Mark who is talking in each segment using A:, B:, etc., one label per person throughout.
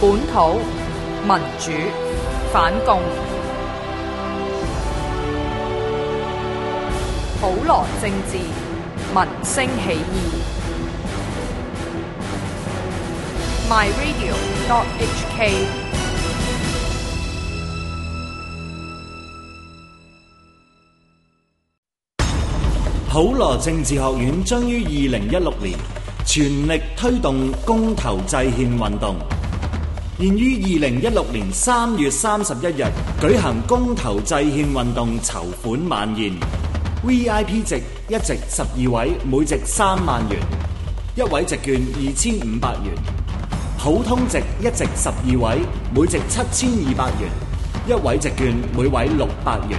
A: 本土民主反共普羅政治民聲起義 myradio.hk
B: 普羅政治學院將於二零一六年全力推動公投制憲運動，現於二零一六年三月三十一日舉行公投制憲運動籌款晚宴，VIP 席一席十二位，每席三萬元，一位席券二千五百元；普通席一席十二位，每席七千二百元，一位席券每位六百元。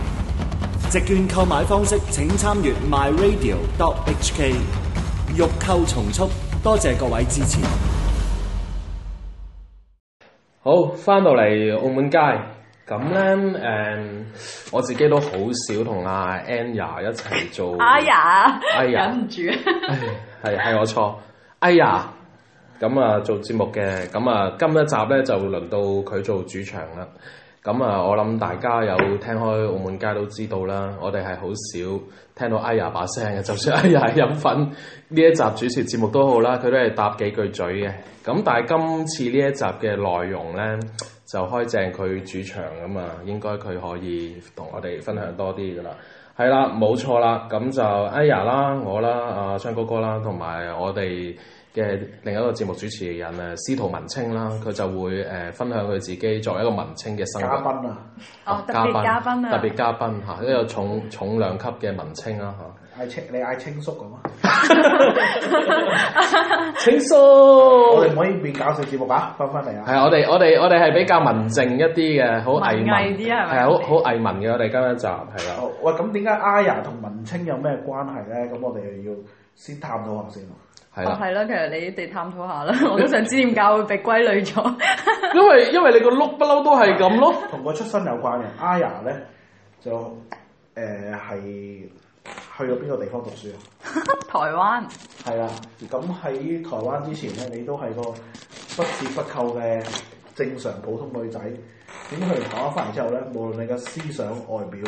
B: 席券購買方式請參閱 myradio.hk。欲購從速，多謝各位支持。
C: 好，翻到嚟澳門街，咁咧誒，我自己都好少同阿 Anya 一齊做。
D: 哎呀，
C: 哎呀
D: 忍唔 住，
C: 唉， 係係我錯。哎呀，咁啊做節目嘅，咁啊今一集咧就輪到佢做主場啦。咁啊，我諗大家有聽開澳門街都知道啦，我哋係好少聽到哎呀把聲嘅，就算 哎呀係飲粉呢一集主持節目都好啦，佢都係搭幾句嘴嘅。咁但係今次呢一集嘅內容咧，就開正佢主場啊嘛，應該佢可以同我哋分享多啲噶啦。係啦，冇錯啦，咁就 Aya 啦，我啦，阿、昌哥哥啦，同埋我哋嘅另一個節目主持人誒司徒文清啦，佢就會誒、呃分享佢自己作為一個文青嘅生
E: 嘉
C: 活。
E: 賓啊，
D: 哦，特別嘉賓啊，
C: 特別嘉賓嚇，一個重重量級嘅文青啦嚇。
E: 嗌清你嗌清叔咁啊！
C: 清叔，
E: 我
C: 係
E: 哋唔可以變搞笑節目啊，翻返嚟啊！
C: 啊，我哋我哋我哋係比較文靜一啲嘅，好藝
D: 文藝
C: 文
D: 啲啊係
C: 係
D: 咪
C: 好好藝文嘅，我哋今一集係啦。
E: 好喂，咁點解 Aya 同文青有咩關係咧？咁我哋要先探討下先啊。
C: 係
D: 哦
C: 啦，
D: 係啦，其實你哋探討下啦， 我都想知點解會被歸類咗。
C: 因為因為你個碌不嬲都係咁咯。
E: 同個出身有關嘅 Aya 咧，就誒係、去咗邊個地方讀書啊？
D: 台灣
E: 係啦，咁喺台灣之前咧，你都係個不折不扣嘅正常普通女仔。點解去完台灣翻嚟之後咧，無論你嘅思想外表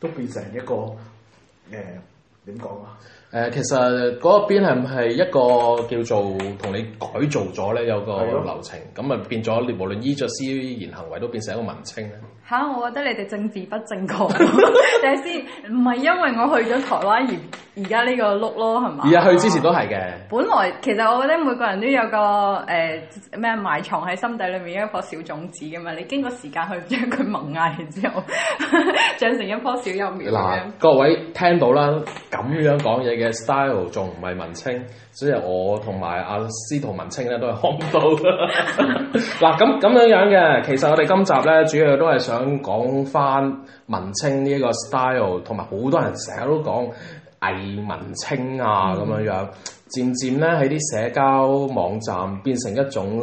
E: 都變成一個誒點講啊？
C: 誒、其實嗰邊係唔係一個叫做同你改造咗咧，有個
E: 係咯
C: 流程，咁啊變咗你無論衣着、思言、行為都變成一個文青咧。
D: 吓，我覺得你哋政治不正確。 睇下先，唔係因為我去咗台灣而而家呢個碌咯，係嘛？
C: 而啊去之前都係嘅，
D: 本來其實我覺得每個人都有個誒咩、埋藏喺心底裏面一棵小種子噶嘛，你經過時間去將佢萌芽然之後， 長成一棵小幼苗咁
C: 嗱
D: 樣。
C: 各位聽到啦，咁樣講嘢嘅 style 仲唔係文青，所以我同埋阿司徒文青咧都係看到 啦。嗱咁咁樣樣嘅，其實我哋今集咧主要都係想講翻文青呢一個 style，同埋好多人成日都講偽文青啊
D: 嗯
C: 咁樣樣，漸漸咧喺啲社交網站變成一種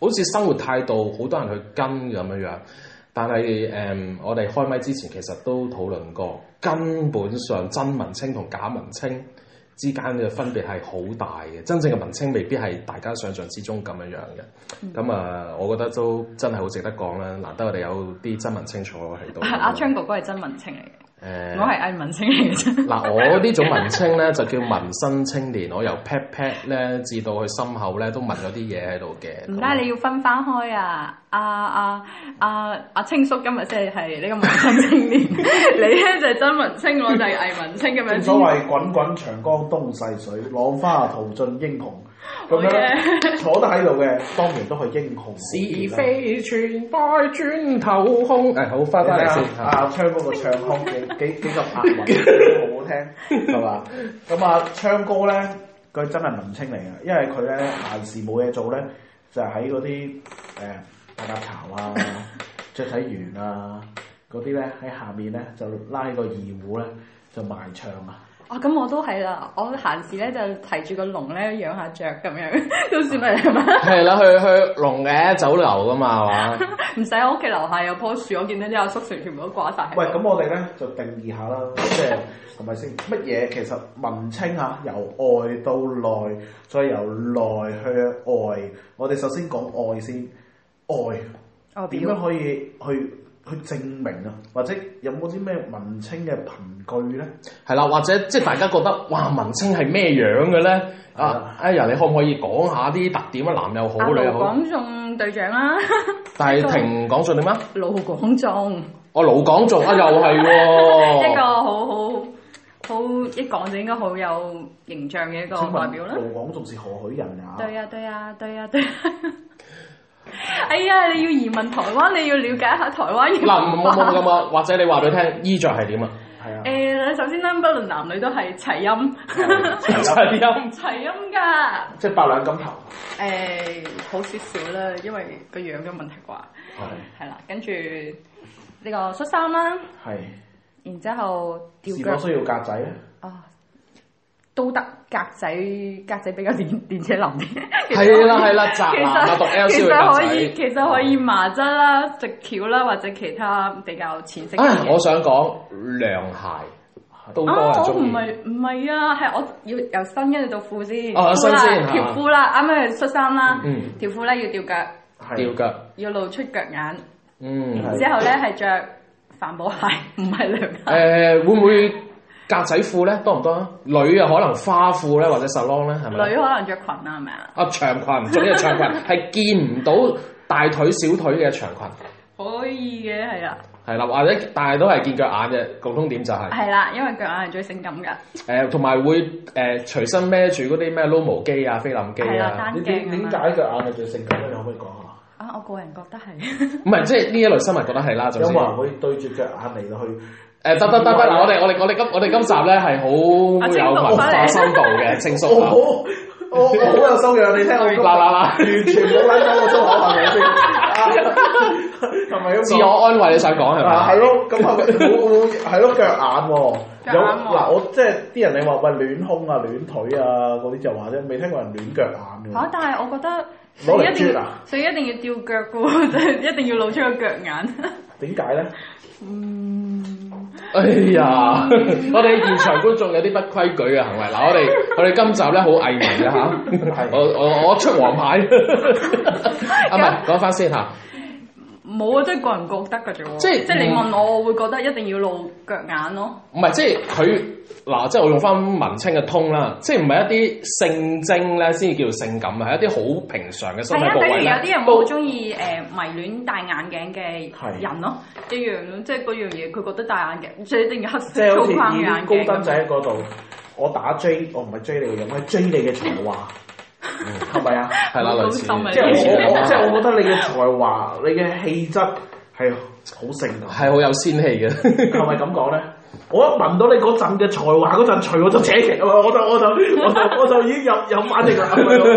C: 好似生活態度，好多人去跟咁樣樣。但係誒、嗯我哋開麥之前其實都討論過，根本上真文青同假文青之間嘅分別係好大嘅。真正嘅文青未必係大家想象之中咁樣樣
D: 嗯
C: 嘅。咁啊、我覺得都真係好值得講啦。難得我哋有啲真文青坐喺度。
D: 阿昌哥哥係真文青嚟嘅，
C: 誒
D: 我係偽文青嚟嘅啫。
C: 嗱，我呢種文青咧就叫文身青年，我由 pat pat 咧至到去心口咧都紋咗啲嘢喺度嘅。
D: 唔
E: 啊
D: 得，你要分翻開啊！阿阿阿阿青叔今日即係係呢個文青青 年，你咧就係真文青，我就係偽文青咁樣
E: 正
D: 先
E: 所。謂滾滾長江東逝水，浪花淘盡英雄。咁樣
D: 好
E: 咧坐得喺度嘅，當然都係英雄。
C: 是非全拜轉頭空。誒、好，翻返嚟先。
E: 啊阿昌嗰個唱腔幾幾幾咁押韻，幾好聽係嘛？咁啊，昌哥咧，佢真係文青嚟嘅，因為佢咧閒時冇嘢做咧，就係喺嗰啲誒大夾巢啊、雀仔園啊嗰啲咧，喺下面咧就拉起個二胡咧就賣唱啊。
D: 哦，咁我都係啦，我閒時咧就提住個籠咧養下雀咁 樣，都算係嘛？
C: 係啦，去去龍嘅酒樓噶嘛，係 嘛？
D: 唔使，我屋企樓下有棵樹，我見到啲阿叔成全部都掛晒喺度。
E: 喂，咁我哋咧就定義下啦，即係係咪先？乜嘢其實文青啊，由外到內，再由內去外。我哋首先講外先，愛
C: 哦啊
D: 外表
E: 點樣可以去去證明啊？或者有冇啲咩文青嘅憑據咧？
C: 係啦，或者即係大家覺得哇文青係咩樣嘅咧？啊，哎呀，你可唔可以講下啲特點啊？男又好，
D: 阿
C: 女
D: 盧
C: 又好，
D: 廣仲隊長啦，
C: 但係停講信點啊？
D: 盧廣仲
C: 我老講 做啊，又係
D: 一
C: 喎。
D: 個好好好一講就應該好有形象嘅一個
E: 請問
D: 代表啦。
E: 盧廣仲是何許人也？
D: 對啊，對啊，對啊，對啊！ 哎呀，你要移民台灣，你要了解一下台灣嘅
C: 嗱，
D: 文
C: 冇冇
D: 化。
C: 咁啊，或者你話俾佢聽衣着係點啊？
E: 係啊
D: 誒、，首先咧，不論男女都係齊音， 啊
C: 齊音
D: 齊音㗎。
E: 即係八兩金頭。
D: 誒、好少少啦，因為個樣嘅問題啩。
E: 係
D: 係啦，跟住呢個恤衫啦，
E: 係。
D: 然之後吊
E: 是
D: 腳
E: 否需要格仔咧？
D: 啊，都得格仔格仔比較電電車林 啲。
C: 係啦係啦，宅
D: 其
C: 男啊，讀
D: 實
C: L
D: 其
C: C
D: 實
C: 嘅
D: 可以，
C: 仔。
D: 其實可以麻質啦、直條啦，或者其他比較淺色嘅
C: 啊，
D: 嘢。
C: 我想講涼鞋都多
D: 啊！
C: 人
D: 我
C: 中
D: 唔
C: 意。
D: 係唔係啊，係我要由新跟住到褲先，
C: 哦
D: 褲
C: 新
D: 啦
C: 先
D: 條
C: 嚇
D: 褲啦，啱啱係恤衫啦
C: 嗯，
D: 條褲咧要吊腳，
C: 吊
E: 係
C: 腳，
D: 要露出腳眼，
C: 嗯，
E: 係
D: 之後咧係着帆布鞋， 唔係涼
C: 誒、
D: 鞋。
C: 會唔會格仔褲咧多唔多啊？女啊可能花褲咧或者 salon 咧係咪？
D: 女可能着裙啦，係咪啊？
C: 啊長裙，總之係長裙，係見唔到大腿小腿嘅長裙，
D: 可以嘅，係啦，
C: 係啦，或者但係都係見腳眼嘅共通點就係、
D: 係啦，因為腳眼係最性感㗎，
C: 誒同埋會誒、隨身孭住嗰啲咩 Lomo 機啊、菲林機
D: 係啦，
C: 啊，
D: 單
E: 你
D: 鏡
E: 點
D: 咁
E: 點
D: 樣。
E: 解隻眼係最性感咧？你可唔可以講下？
D: 啊，我個人覺得係。
C: 唔係即係呢一類新聞覺得係啦，總
E: 有
C: 之
E: 冇人會對住隻眼嚟到去？
C: 誒得得得得，嗱我哋我哋我哋今我哋今集咧係好
D: 阿清
C: 有
D: 叔
C: 文
D: 返
C: 化
D: 嚟
C: 深度嘅，清
E: 我
C: 叔
E: 好，我我好有修養，你聽我
C: 嗱
E: 講
C: 嗱嗱。
E: 完全冇撚到個粗口係咪先？啊 係咪咁講
C: 自我安慰你想講係
E: 啊，
C: 咪
E: 係？咯，咁係咪冇冇係咯腳眼喎？
D: 腳
E: 有
D: 眼喎
E: 嗱，我即係啲人你話喂暖胸啊、暖腿啊嗰啲就話啫，未聽過人暖腳眼
D: 嚇
E: 嘅。！
D: 但係我覺得所
E: 攞
D: 以
E: 嚟
D: 一定
E: 啜
D: 要
E: 啊，
D: 所以一定要吊腳嘅喎，即係一定要露出個腳眼。
E: 點解咧？
C: 哎呀， 我哋現場觀眾有啲不規矩嘅行為。嗱，我哋我哋今集咧好藝文嘅嚇
E: 係，
C: 我我我出黃 牌。啊，唔係講翻先嚇，
D: 冇啊，即係個人覺得㗎啫喎。
C: 即係
D: 即係你
C: 嗯
D: 問我，我會覺得一定要露腳眼咯。
C: 唔係即係佢嗱，即係我用翻文青嘅通啦，即係唔係一啲性徵咧先至叫性感啊，係一啲好平常嘅身體
D: 係啊，
C: 部
D: 等
C: 位
D: 於有
C: 咧
D: 啲人好中意誒迷戀戴眼鏡嘅
E: 係
D: 人咯，一樣咯，即係嗰樣嘢，佢覺得戴眼鏡，即係一定要黑
E: 即係
D: 色
E: 好似
D: 粗框嘅
E: 以
D: 眼鏡
E: 高
D: 咁
E: 登仔喺嗰度，我打 J，我唔係 J 你嘅，我係 J 你嘅才華，係咪啊？
C: 係啦，
D: 好
C: 類似
D: 高深啊
E: 即係我我
C: 係
E: 即係我覺得你嘅才華，你嘅氣質係好性感，
C: 係好有仙氣 嘅。
E: 係咪咁講咧？我一聞到你嗰陣嘅才華嗰陣，除我就扯旗啊！我就我就我就我就已經有有反應啦，係咪？啊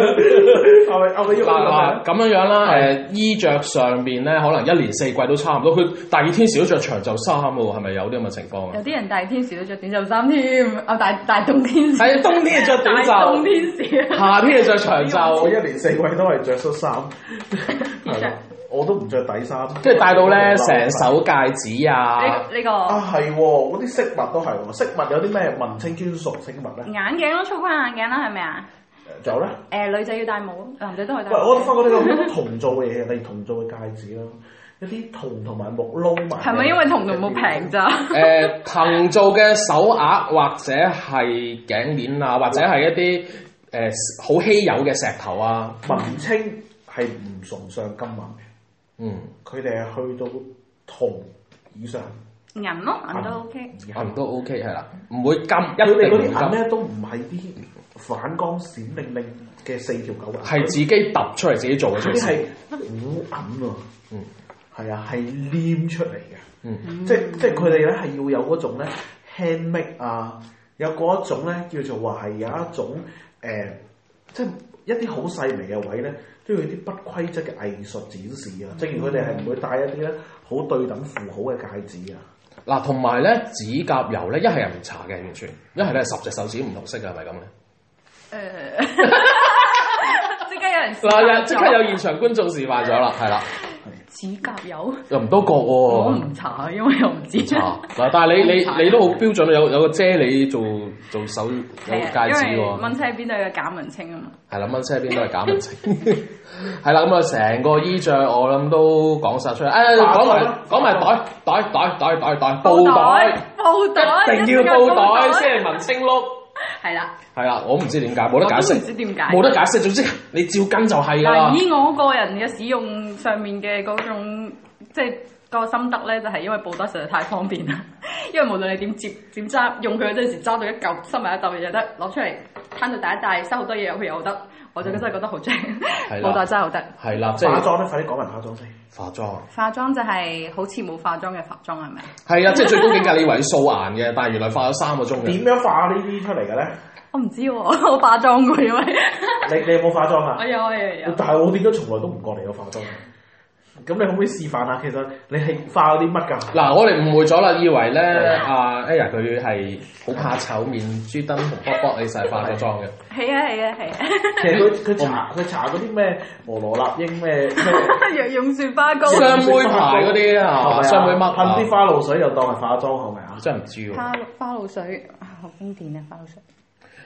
E: 係咪？係咪要咁啊
C: 嗱嗱咁樣樣啦，誒衣着上邊咧，可能一年四季都差唔多。佢大熱天時都着長袖衫喎，係咪有啲咁嘅情況啊
D: 有？啲人大天時都着短袖衫添，啊大大冬天 時，
C: 係冬天哎就着短
D: 大冬
C: 袖，
D: 天啊 時
C: 夏天就着長
E: 我一
C: 袖，
E: 年四季都係着恤衫，
D: 其實
E: 係我都唔着底衫，
C: 跟住戴到咧成手戒指 啊！
D: 呢呢個
E: 啊係喎，嗰啲飾物都係喎，飾物有啲咩文青專屬飾物咧？
D: 眼鏡咯，粗框眼鏡啦，係咪啊？
E: 仲有咧？
D: 誒女仔要戴帽，男仔都可以戴
E: 喂，我
D: 帽
E: 都。發覺呢個好多銅做嘅嘢，例如銅做嘅戒指啦，一啲銅同埋木撈埋。
D: 係咪因為同同冇 平？咋？
C: 誒藤做嘅手鐲或者係頸鏈啊，或者係一啲誒好稀有嘅石頭啊，
E: 文青係唔崇尚金銀嘅，
C: 嗯，
E: 佢哋係去到銅以上，
D: 銀咯，
C: 啊
D: 銀都 OK。
C: 銀都 OK 係啦，唔會金，一定
E: 佢哋嗰
C: 唔
E: 啲銀
C: 金，
E: 咧都唔係啲反光閃靈靈嘅四條九銀，
C: 係自己揼出嚟自己做嘅
E: 嗰
C: 隨
E: 啲
C: 時。
E: 係古銀啊，
C: 嗯，
E: 係啊，係黏出嚟嘅，
C: 嗯
E: 即即係佢哋咧係要有嗰種咧 handmade 啊，有嗰一種咧叫做話係有一種誒、呃即係一啲好細微嘅位咧，都要有啲不規則嘅藝術展示啊。正如佢哋係唔會戴一啲咧好對等符號嘅戒指啊，
C: 嗱，同埋咧指甲油咧，一係唔搽嘅完全，一係咧十隻手指唔同色嘅，係咪咁咧？
D: 誒， 即刻有 人
C: 嗱，即刻有現場觀眾示範咗啦，係啦，
D: 指甲油，
C: 又唔多覺
D: 我
C: 喎。
D: 唔搽，因為我唔知。
C: 啊嗱，但係你你你都好標準，啊有有個啫喱做做手有個
D: 係
C: 戒
D: 啊，
C: 指
D: 因為
C: 喎。
D: 蚊車邊度有假文青啊嘛。
C: 係啦，蚊車 邊都係假文青。係啦，咁啊，成個衣着我諗都講晒出嚟。誒，講埋講埋袋袋袋袋袋袋布袋，，
D: 布袋，
C: 一定要布袋先係文青碌。
D: 係啦，
C: 係啦，我唔知點解，冇得解
D: 我都唔知
C: 釋，
D: 點解，
C: 冇得解釋。總之你照跟就係㗎啊啦
D: 嗱，。以我個人嘅使用上面嘅嗰種即係個心得咧，就係、因為布袋實在太方便啦。 因為無論你點接點揸，用佢嗰陣時揸到一嚿塞埋一嚿又得，攞出嚟攤到第一大，塞好多嘢入去又得，我就真係覺得好正
C: 係啦。
D: 布袋真係好得。
C: 係啦，即
E: 化
C: 係
E: 妝咧，快啲講埋化妝先。
C: 化妝。
D: 化妝就係好似冇化妝嘅化妝係咪？
C: 係啊，即係最高境界你以為素顏嘅，但係原來化咗三個鐘嘅。
E: 點樣化呢啲出嚟嘅咧？
D: 我唔知喎， 我化妝過因為 哎
E: 你你有冇化妝啊
D: 我？有我有我 有。
E: 但係我點解從來都唔覺你有化妝？啊咁你可唔可以示範下？其實你係化咗啲乜 㗎？
C: 嗱，我哋誤會咗啦，以為咧阿 Aya 佢係好怕醜，面珠燈紅卜卜，你成日化咗妝嘅。
D: 係啊係啊係啊！
E: 其實佢佢搽佢搽嗰啲咩摩羅納英咩 咩
D: 藥用雪花膏，
C: 雙妹牌嗰啲
D: 哦
E: 係咪
C: 啊，
E: 啊
C: 雙妹乜
E: 噴啲
C: 啊，
E: 花露水又當係化妝係咪啊？
C: 真係唔知喎。
D: 花花露水啊好經典啊花露水。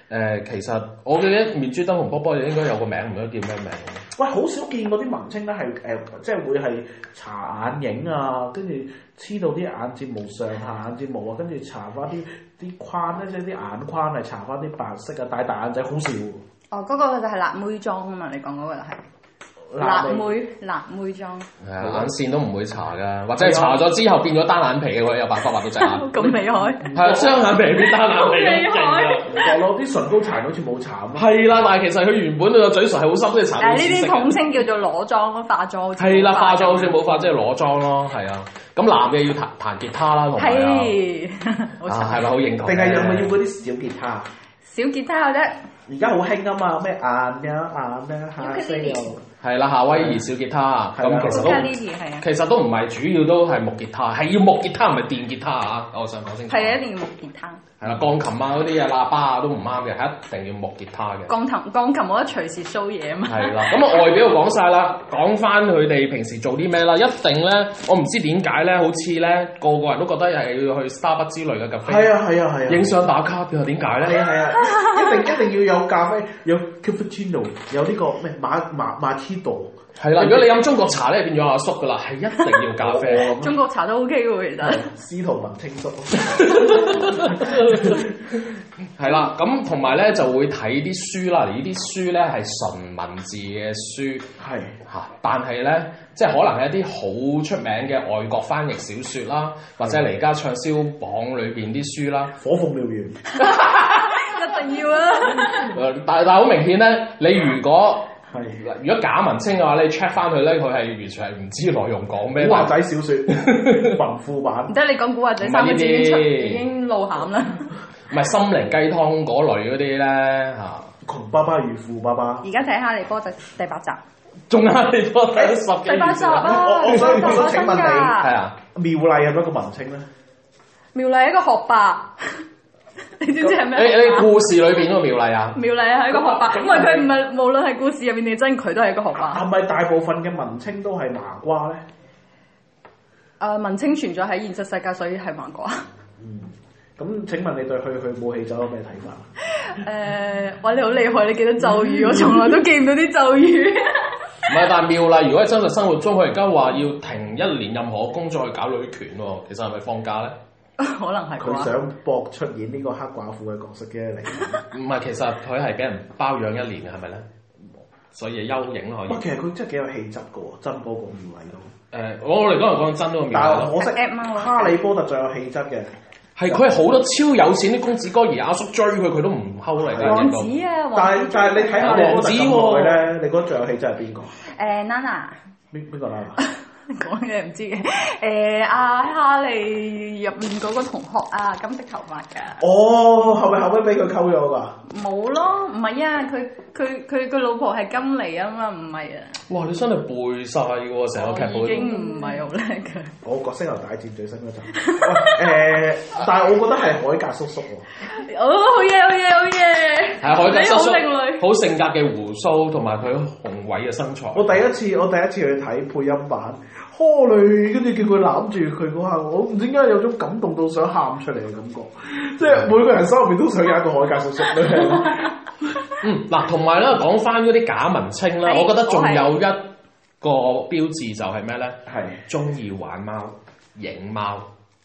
C: 誒，其實我記得面珠燈紅卜卜應該有個名，唔記得叫咩名。
E: 喂，好少見嗰啲文青咧係誒，即係會係搽眼影啊，跟住黐到啲眼睫毛上下眼睫毛啊，跟住搽翻啲啲框咧，即係啲眼框係搽翻啲白色啊，戴大眼仔好少喎。
D: 哦，嗰、個就係辣妹裝啊嘛，你講嗰個就係辣
E: 辣
D: 妹辣妹裝，
C: 係啊，眼線都唔會搽噶，或者係搽咗之後變咗單眼皮嘅，佢有辦法畫到隻眼。
D: 咁 厲害，
C: 係啊，雙眼皮變單眼皮咁勁啊！
E: 唔覺咯，啲唇膏搽好似冇啊搽咁。
C: 係啦，但係其實佢原本佢個嘴唇係好深，即係搽到
D: 但係呢
C: 淺
D: 啲
C: 色嘅
D: 統稱叫做裸妝咯，化妝好似
C: 係啦，化妝好似冇化，即係裸妝咯，係啊。咁男嘅要彈彈吉他啦，同埋啊，
D: 係 好
C: 啊係
D: 慘
C: 咪好認同嘅？
E: 定係有冇要嗰啲小吉他？
D: 小吉他有得
E: 而家好興啊嘛，咩眼啊眼啊，下聲又
C: 係啦，夏威夷小吉他，
E: 係啦
C: 咁其實
D: 吉他呢
C: 都
D: 啲係啊，
C: 其實都唔係主要都係木吉他，係要木吉他唔係電吉他啊！我想講清楚。
D: 係啊一定要木吉他，
C: 係啦，鋼琴啊嗰啲啊，喇叭啊都唔啱嘅，係一定要木吉他 嘅。
D: 鋼琴鋼琴冇得隨時 show 嘢啊嘛，
C: 係啦，咁啊外表講晒啦，講翻佢哋平時做啲咩啦，一定咧，我唔知點解咧，好似咧個個人都覺得係要去 Starbucks 之類嘅咖啡
E: 係啊係啊係啊，
C: 影相打卡嘅，點解
E: 係
C: 咧？
E: 啊係啊，一定一定要有咖啡，有 cappuccino，有呢個咩馬馬馬 t i d o
C: 係啦，如果你飲中國茶咧，變咗阿叔噶啦，係一定要咖啡。
D: 中國茶都 OK 喎其實，
E: 司徒文青叔，
C: 係啦，咁同埋咧就會睇啲書啦，而呢啲書咧係純文字嘅書
E: 係
C: 嚇，但係咧即係可能係一啲好出名嘅外國翻譯小説啦，或者係而家暢銷榜裏邊啲書 啦。
E: 火鳳燎原，
D: 一定要啊，
C: 誒但但係好明顯咧，你如果
E: 係
C: 如果假文青嘅話，你 check 翻佢咧，佢係完全係唔知內容講咩。
E: 古惑仔小説文庫版
D: 唔，得你講古惑仔三個字已經出已經露餡啦，
C: 唔係心靈雞湯嗰類嗰啲咧嚇，
E: 窮爸爸與富爸爸。
D: 而家睇哈利波特第八集，
C: 仲有你多睇十幾
D: 第八集
C: 頁
D: 啊，
E: 我我想
D: 第八集啊
E: 請問你
D: 真㗎
C: 係啊。
E: 妙麗係咪一個文青咧？
D: 苗麗係一個學霸， 你知唔知係咩
C: 你
D: 學
C: 你
D: 霸？
C: 故事裏邊嗰個妙麗啊，
D: 苗麗係一個學霸，因為佢唔係無論係故事入面定真，佢都係一個學霸。
E: 係咪大部分嘅文青都係麻瓜咧？
D: 誒、文青存在喺現實世界，所以係盲 瓜。
E: 咁請問你對去去武器走有咩睇 法？
D: 誒、哇！你好厲害，你記得咒語，我從來都記唔到啲咒語。
C: 唔係，但係妙麗如果喺真實生活中，佢而家話要停一年任何工作去搞女權喎，其實係咪放假咧？
D: 可能係
E: 佢
D: 啩？
E: 想博出演呢個黑寡婦嘅角色嘅嚟。
C: 唔係，其實佢係俾人包養一年嘅，係咪咧？所以休影可以。
E: 哇，
C: 誒、
E: 其實佢真係幾有氣質嘅喎，真嗰個妙麗都。
C: 我嚟講係講真嗰個妙
E: 但
C: 麗
E: 係
C: 咯，
E: 我識
D: App 貓啊
E: 哈利波特最有氣質嘅，
C: 係佢係好多超有錢啲公子哥，而阿叔追佢，佢都唔溝嚟嘅。
D: 王
C: 人工
D: 子啊，
E: 但係
D: 王子
E: 但係你睇哈利波特咁耐咧，你覺得最有氣質係邊個？
D: 誒 Nana
E: 邊邊個啦？
D: 講嘢唔知嘅。誒、阿哈利入面嗰個同學啊，金色頭髮㗎。
E: 哦，係咪後尾俾佢溝咗㗎？
D: 冇咯，唔係啊，佢佢佢佢老婆係金嚟啊嘛，唔係啊，
C: 哇！你真係背晒嘅喎，成個劇
D: 我已
C: 本。
D: 經唔係好叻嘅。
E: 我角色由大戰最新 嗰集，喂誒，但係我覺得係海格叔叔喎。
D: 哦，好嘢，好嘢，好嘢！
C: 係海格叔叔
D: 你好另類，
C: 好性格嘅胡鬚，同埋佢雄偉嘅身材。
E: 我第一次我第一次去睇配音版，呵淚，跟住叫佢攬住佢嗰下，我唔知點解有種感動到想喊出嚟嘅 感覺，即係每個人心入邊都想有一個海格叔叔咧。
C: 嗯，嗱，同埋咧講翻嗰啲假文青啦，
D: 係
C: 我覺得仲
D: 我係
C: 有一個標誌就係咩咧？
E: 係
C: 中意玩貓、影貓，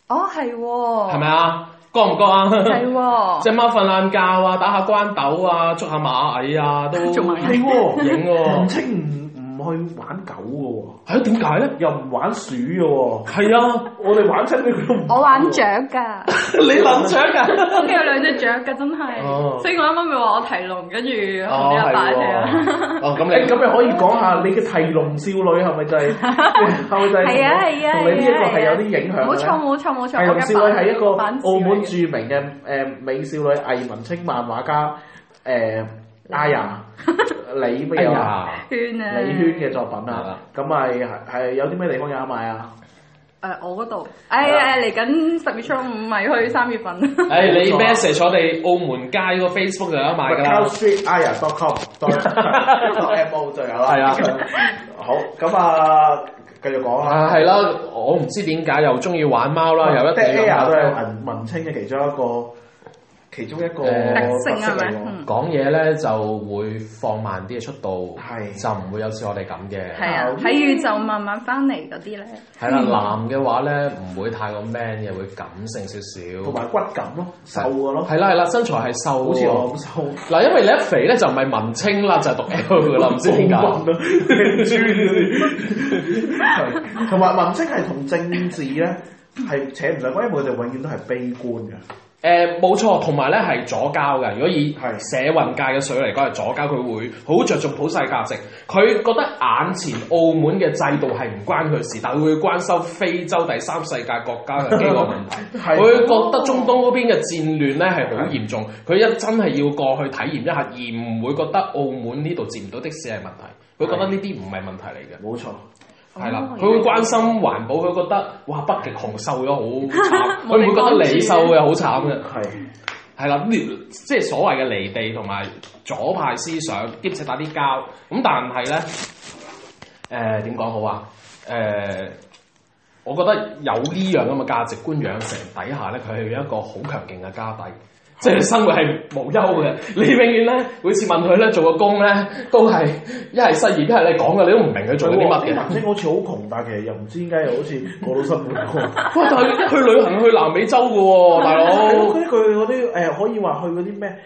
D: 哦，係喎，
C: 係咪啊？覺唔覺啊？
D: 係喎，
C: 只貓瞓懶覺啊，打下關鬥啊，捉下螞蟻啊，都
D: 仲
C: 影
D: 係
E: 係喎，林
C: 喎。
E: 青唔唔去玩狗
C: 係
E: 嘅
C: 啊，點解咧？
E: 喎，又唔玩鼠嘅喎，
C: 係啊，
E: 我哋玩親佢都唔。
D: 我玩雀。㗎，
C: 你諗想㗎？
D: 屋企有兩隻雀㗎，真
C: 哦
D: 係。所以我啱啱咪話我提龍，跟住 同
C: 哦，
D: 你阿
C: 係
D: 爸一齊啊。
C: 喎。哦，咁
E: 誒
C: 你
E: 咁你可以講下你嘅提龍少女係咪就係係咪就係
D: 係啊係啊，
E: 同你呢一個係
D: 係
E: 有
D: 啊
E: 啲影響嘅
D: 冇
E: 咧
D: 錯冇錯冇錯，
E: 係
C: 啊
D: 我
E: 龍
D: 嘅
E: 少女係一個
D: 反
E: 澳門
D: 反
E: 著名嘅誒、美少女藝文青漫畫家誒阿 雅李乜
C: 哎
E: 嘢啊？
C: 呀，
D: 圈啊，
E: 李圈嘅作品
C: 係
E: 啊
C: 啦，
E: 咁咪係係有啲咩地方有得賣啊？
D: 誒我嗰度，
C: 啊
D: 哎呀嚟緊十月初五咪去三月份，
C: 誒哎你 message 我哋澳門街嗰個 Facebook 就有得買㗎
E: Macau
C: 啦。
E: streetaya.com mo 就有啦。
C: 係啊，
E: 好咁啊，繼續講
C: 啊，
E: 啦。
C: 係啦，我唔知點解又中意玩貓
D: 哦
C: 啦，啊又一
E: d
C: 定
E: a
C: 有
E: i 都係
C: 貓。
E: 文文青嘅其中一個，其中一個
C: 誒
D: 特性
E: 色
D: 係咪
E: 嚟喎？
D: 嗯
C: 講嘢咧就會放慢啲嘅速度，
E: 係
C: 就唔會有似我哋咁嘅。
D: 係啊，喺宇宙慢慢翻嚟嗰啲咧，
C: 係
E: 嗯
C: 啦，男嘅話咧唔會太過 man 嘅，會感性少少。
E: 同埋骨感咯，瘦嘅咯，
C: 係啦係啦，身材係瘦
E: 好似
C: 喎
E: 我咁瘦。
C: 嗱，因為你一肥咧就唔係文青啦，就係讀 L 噶啦，唔知點 解。
E: 暴君啊係同埋文青係同政治咧係扯唔上關，因為佢哋永遠都係悲觀嘅。
C: 誒呃冇錯，同埋咧係左交嘅。如果以
E: 係
C: 社運界嘅水嚟講，係左交，佢會好着重普世價值。佢覺得眼前澳門嘅制度係唔關佢事，但佢會關心非洲第三世界國家嘅呢個問題。
E: 係
C: 佢會覺得中東嗰邊嘅戰亂咧係好嚴重，佢一真係要過去體驗一下，而唔會覺得澳門呢度佔唔到的士係問題。佢覺得呢啲唔係問題嚟嘅。
E: 冇錯，
C: 係啦，
D: 哦
C: 佢會關心環保，佢覺得哇北極熊瘦咗好慘，佢
D: 冇
C: 唔會
D: 地
C: 覺
D: 方
C: 得你
D: 住
C: 瘦嘅好慘嘅。
E: 係
C: 係啦，呢即係所謂嘅離地同埋左派思想，兼且打啲交。咁但係咧，誒點講好啊？誒、我覺得有呢樣咁嘅價值觀養成底下咧，佢係一個好強勁嘅家底。即係生活係無憂嘅，你永遠咧每次問佢咧做個工咧，都係一係失業，一係你講哦嘅你都唔明佢做緊啲乜
E: 係喎
C: 嘅。
E: 文青好似好窮，但係其實又唔知點解又好似過到生活喎。
C: 哇！但係去旅行去南美洲嘅喎，大佬
E: 佢佢嗰啲誒可以話去嗰啲咩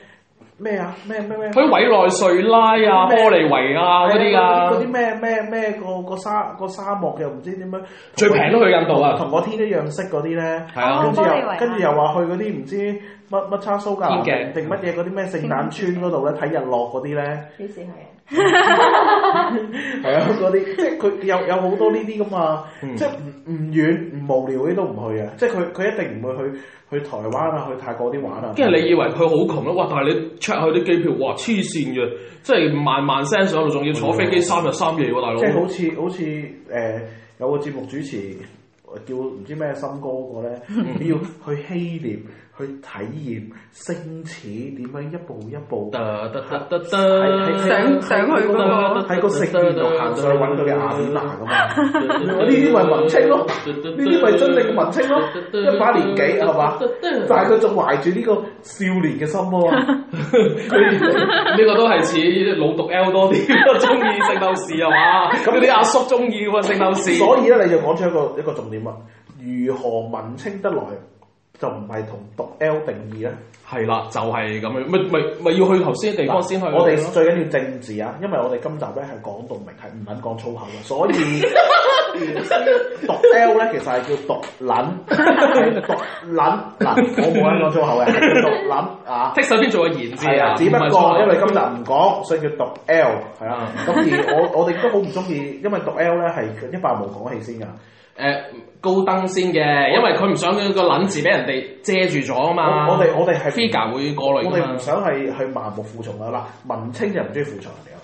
E: 咩啊咩咩咩
C: 去。委內瑞拉啊、玻利維亞嗰啲
E: 嗰
C: 啊，
E: 啲咩咩咩個個沙個沙漠又唔知點樣，
C: 最平都去印度啊，
E: 同個天一樣色嗰啲咧，
C: 係啊
E: 跟
F: 哦
E: 住
D: 玻利維
E: 又
D: 亞
E: 跟住又話去嗰啲唔知乜乜叉蘇格蘭
C: 邊境
E: 定乜嘢嗰啲咩聖誕村嗰度咧睇日落嗰啲咧，
F: 幾時係啊？
E: 係啊嗰啲，即係佢有有好多呢啲噶嘛，
C: 嗯
E: 即係唔唔遠唔無聊嗰啲都唔去啊，即係佢佢一定唔會去去台灣啊，去泰國嗰啲玩啊。
C: 跟住你以為佢好窮啦，哇！但係你 check 佢啲機票，哇！黐線嘅，即係萬萬聲上到，仲要坐飛機三日三夜喎，大佬
E: 即係好似好似誒有個節目主持叫唔知咩森哥嗰個咧，你要去希臘去體驗星矢點樣一步一步。
C: 得得得得
E: 係
C: 得。
E: 係
D: 上上去嗰個
E: 喺個食面度行上去揾佢嘅雅典娜噶嘛，呢啲咪文青咯，呢啲咪真正嘅文青咯，一把年紀係嘛，但係佢仲懷住呢個少年嘅心喎，
C: 呢個都係似老讀 L 多啲，中意聖鬥士係嘛？咁啲阿叔中意喎聖鬥士。
E: 所以咧你就講出一個一個重點啦，如何文青得來就唔係同讀 L 定義咧？
C: 係啦，就係咁樣，咪咪咪要去頭先嘅地方先去。
E: 我哋最緊要政治啊，因為我哋今集咧係講到明係唔撚講粗口嘅，所以 讀 L 咧其實係叫讀撚，係讀撚嗱，我冇撚講粗口嘅，係叫讀撚啊。
C: 剔手邊做個言字
E: 係啊，只不
C: 唔係錯
E: 過因為今集唔講，所以叫讀 L 係啊。咁而我我 哋都好唔中意，因為讀 L 咧係一百無講起先㗎。
C: 誒、高登先嘅，因為佢唔想個撚字俾人哋遮住咗啊嘛。
E: 我我哋我哋係
C: figure 會過濾㗎
E: 我哋
C: 嘛
E: 唔。想係去盲目服從啊！嗱，文青就唔中意服從人哋啊，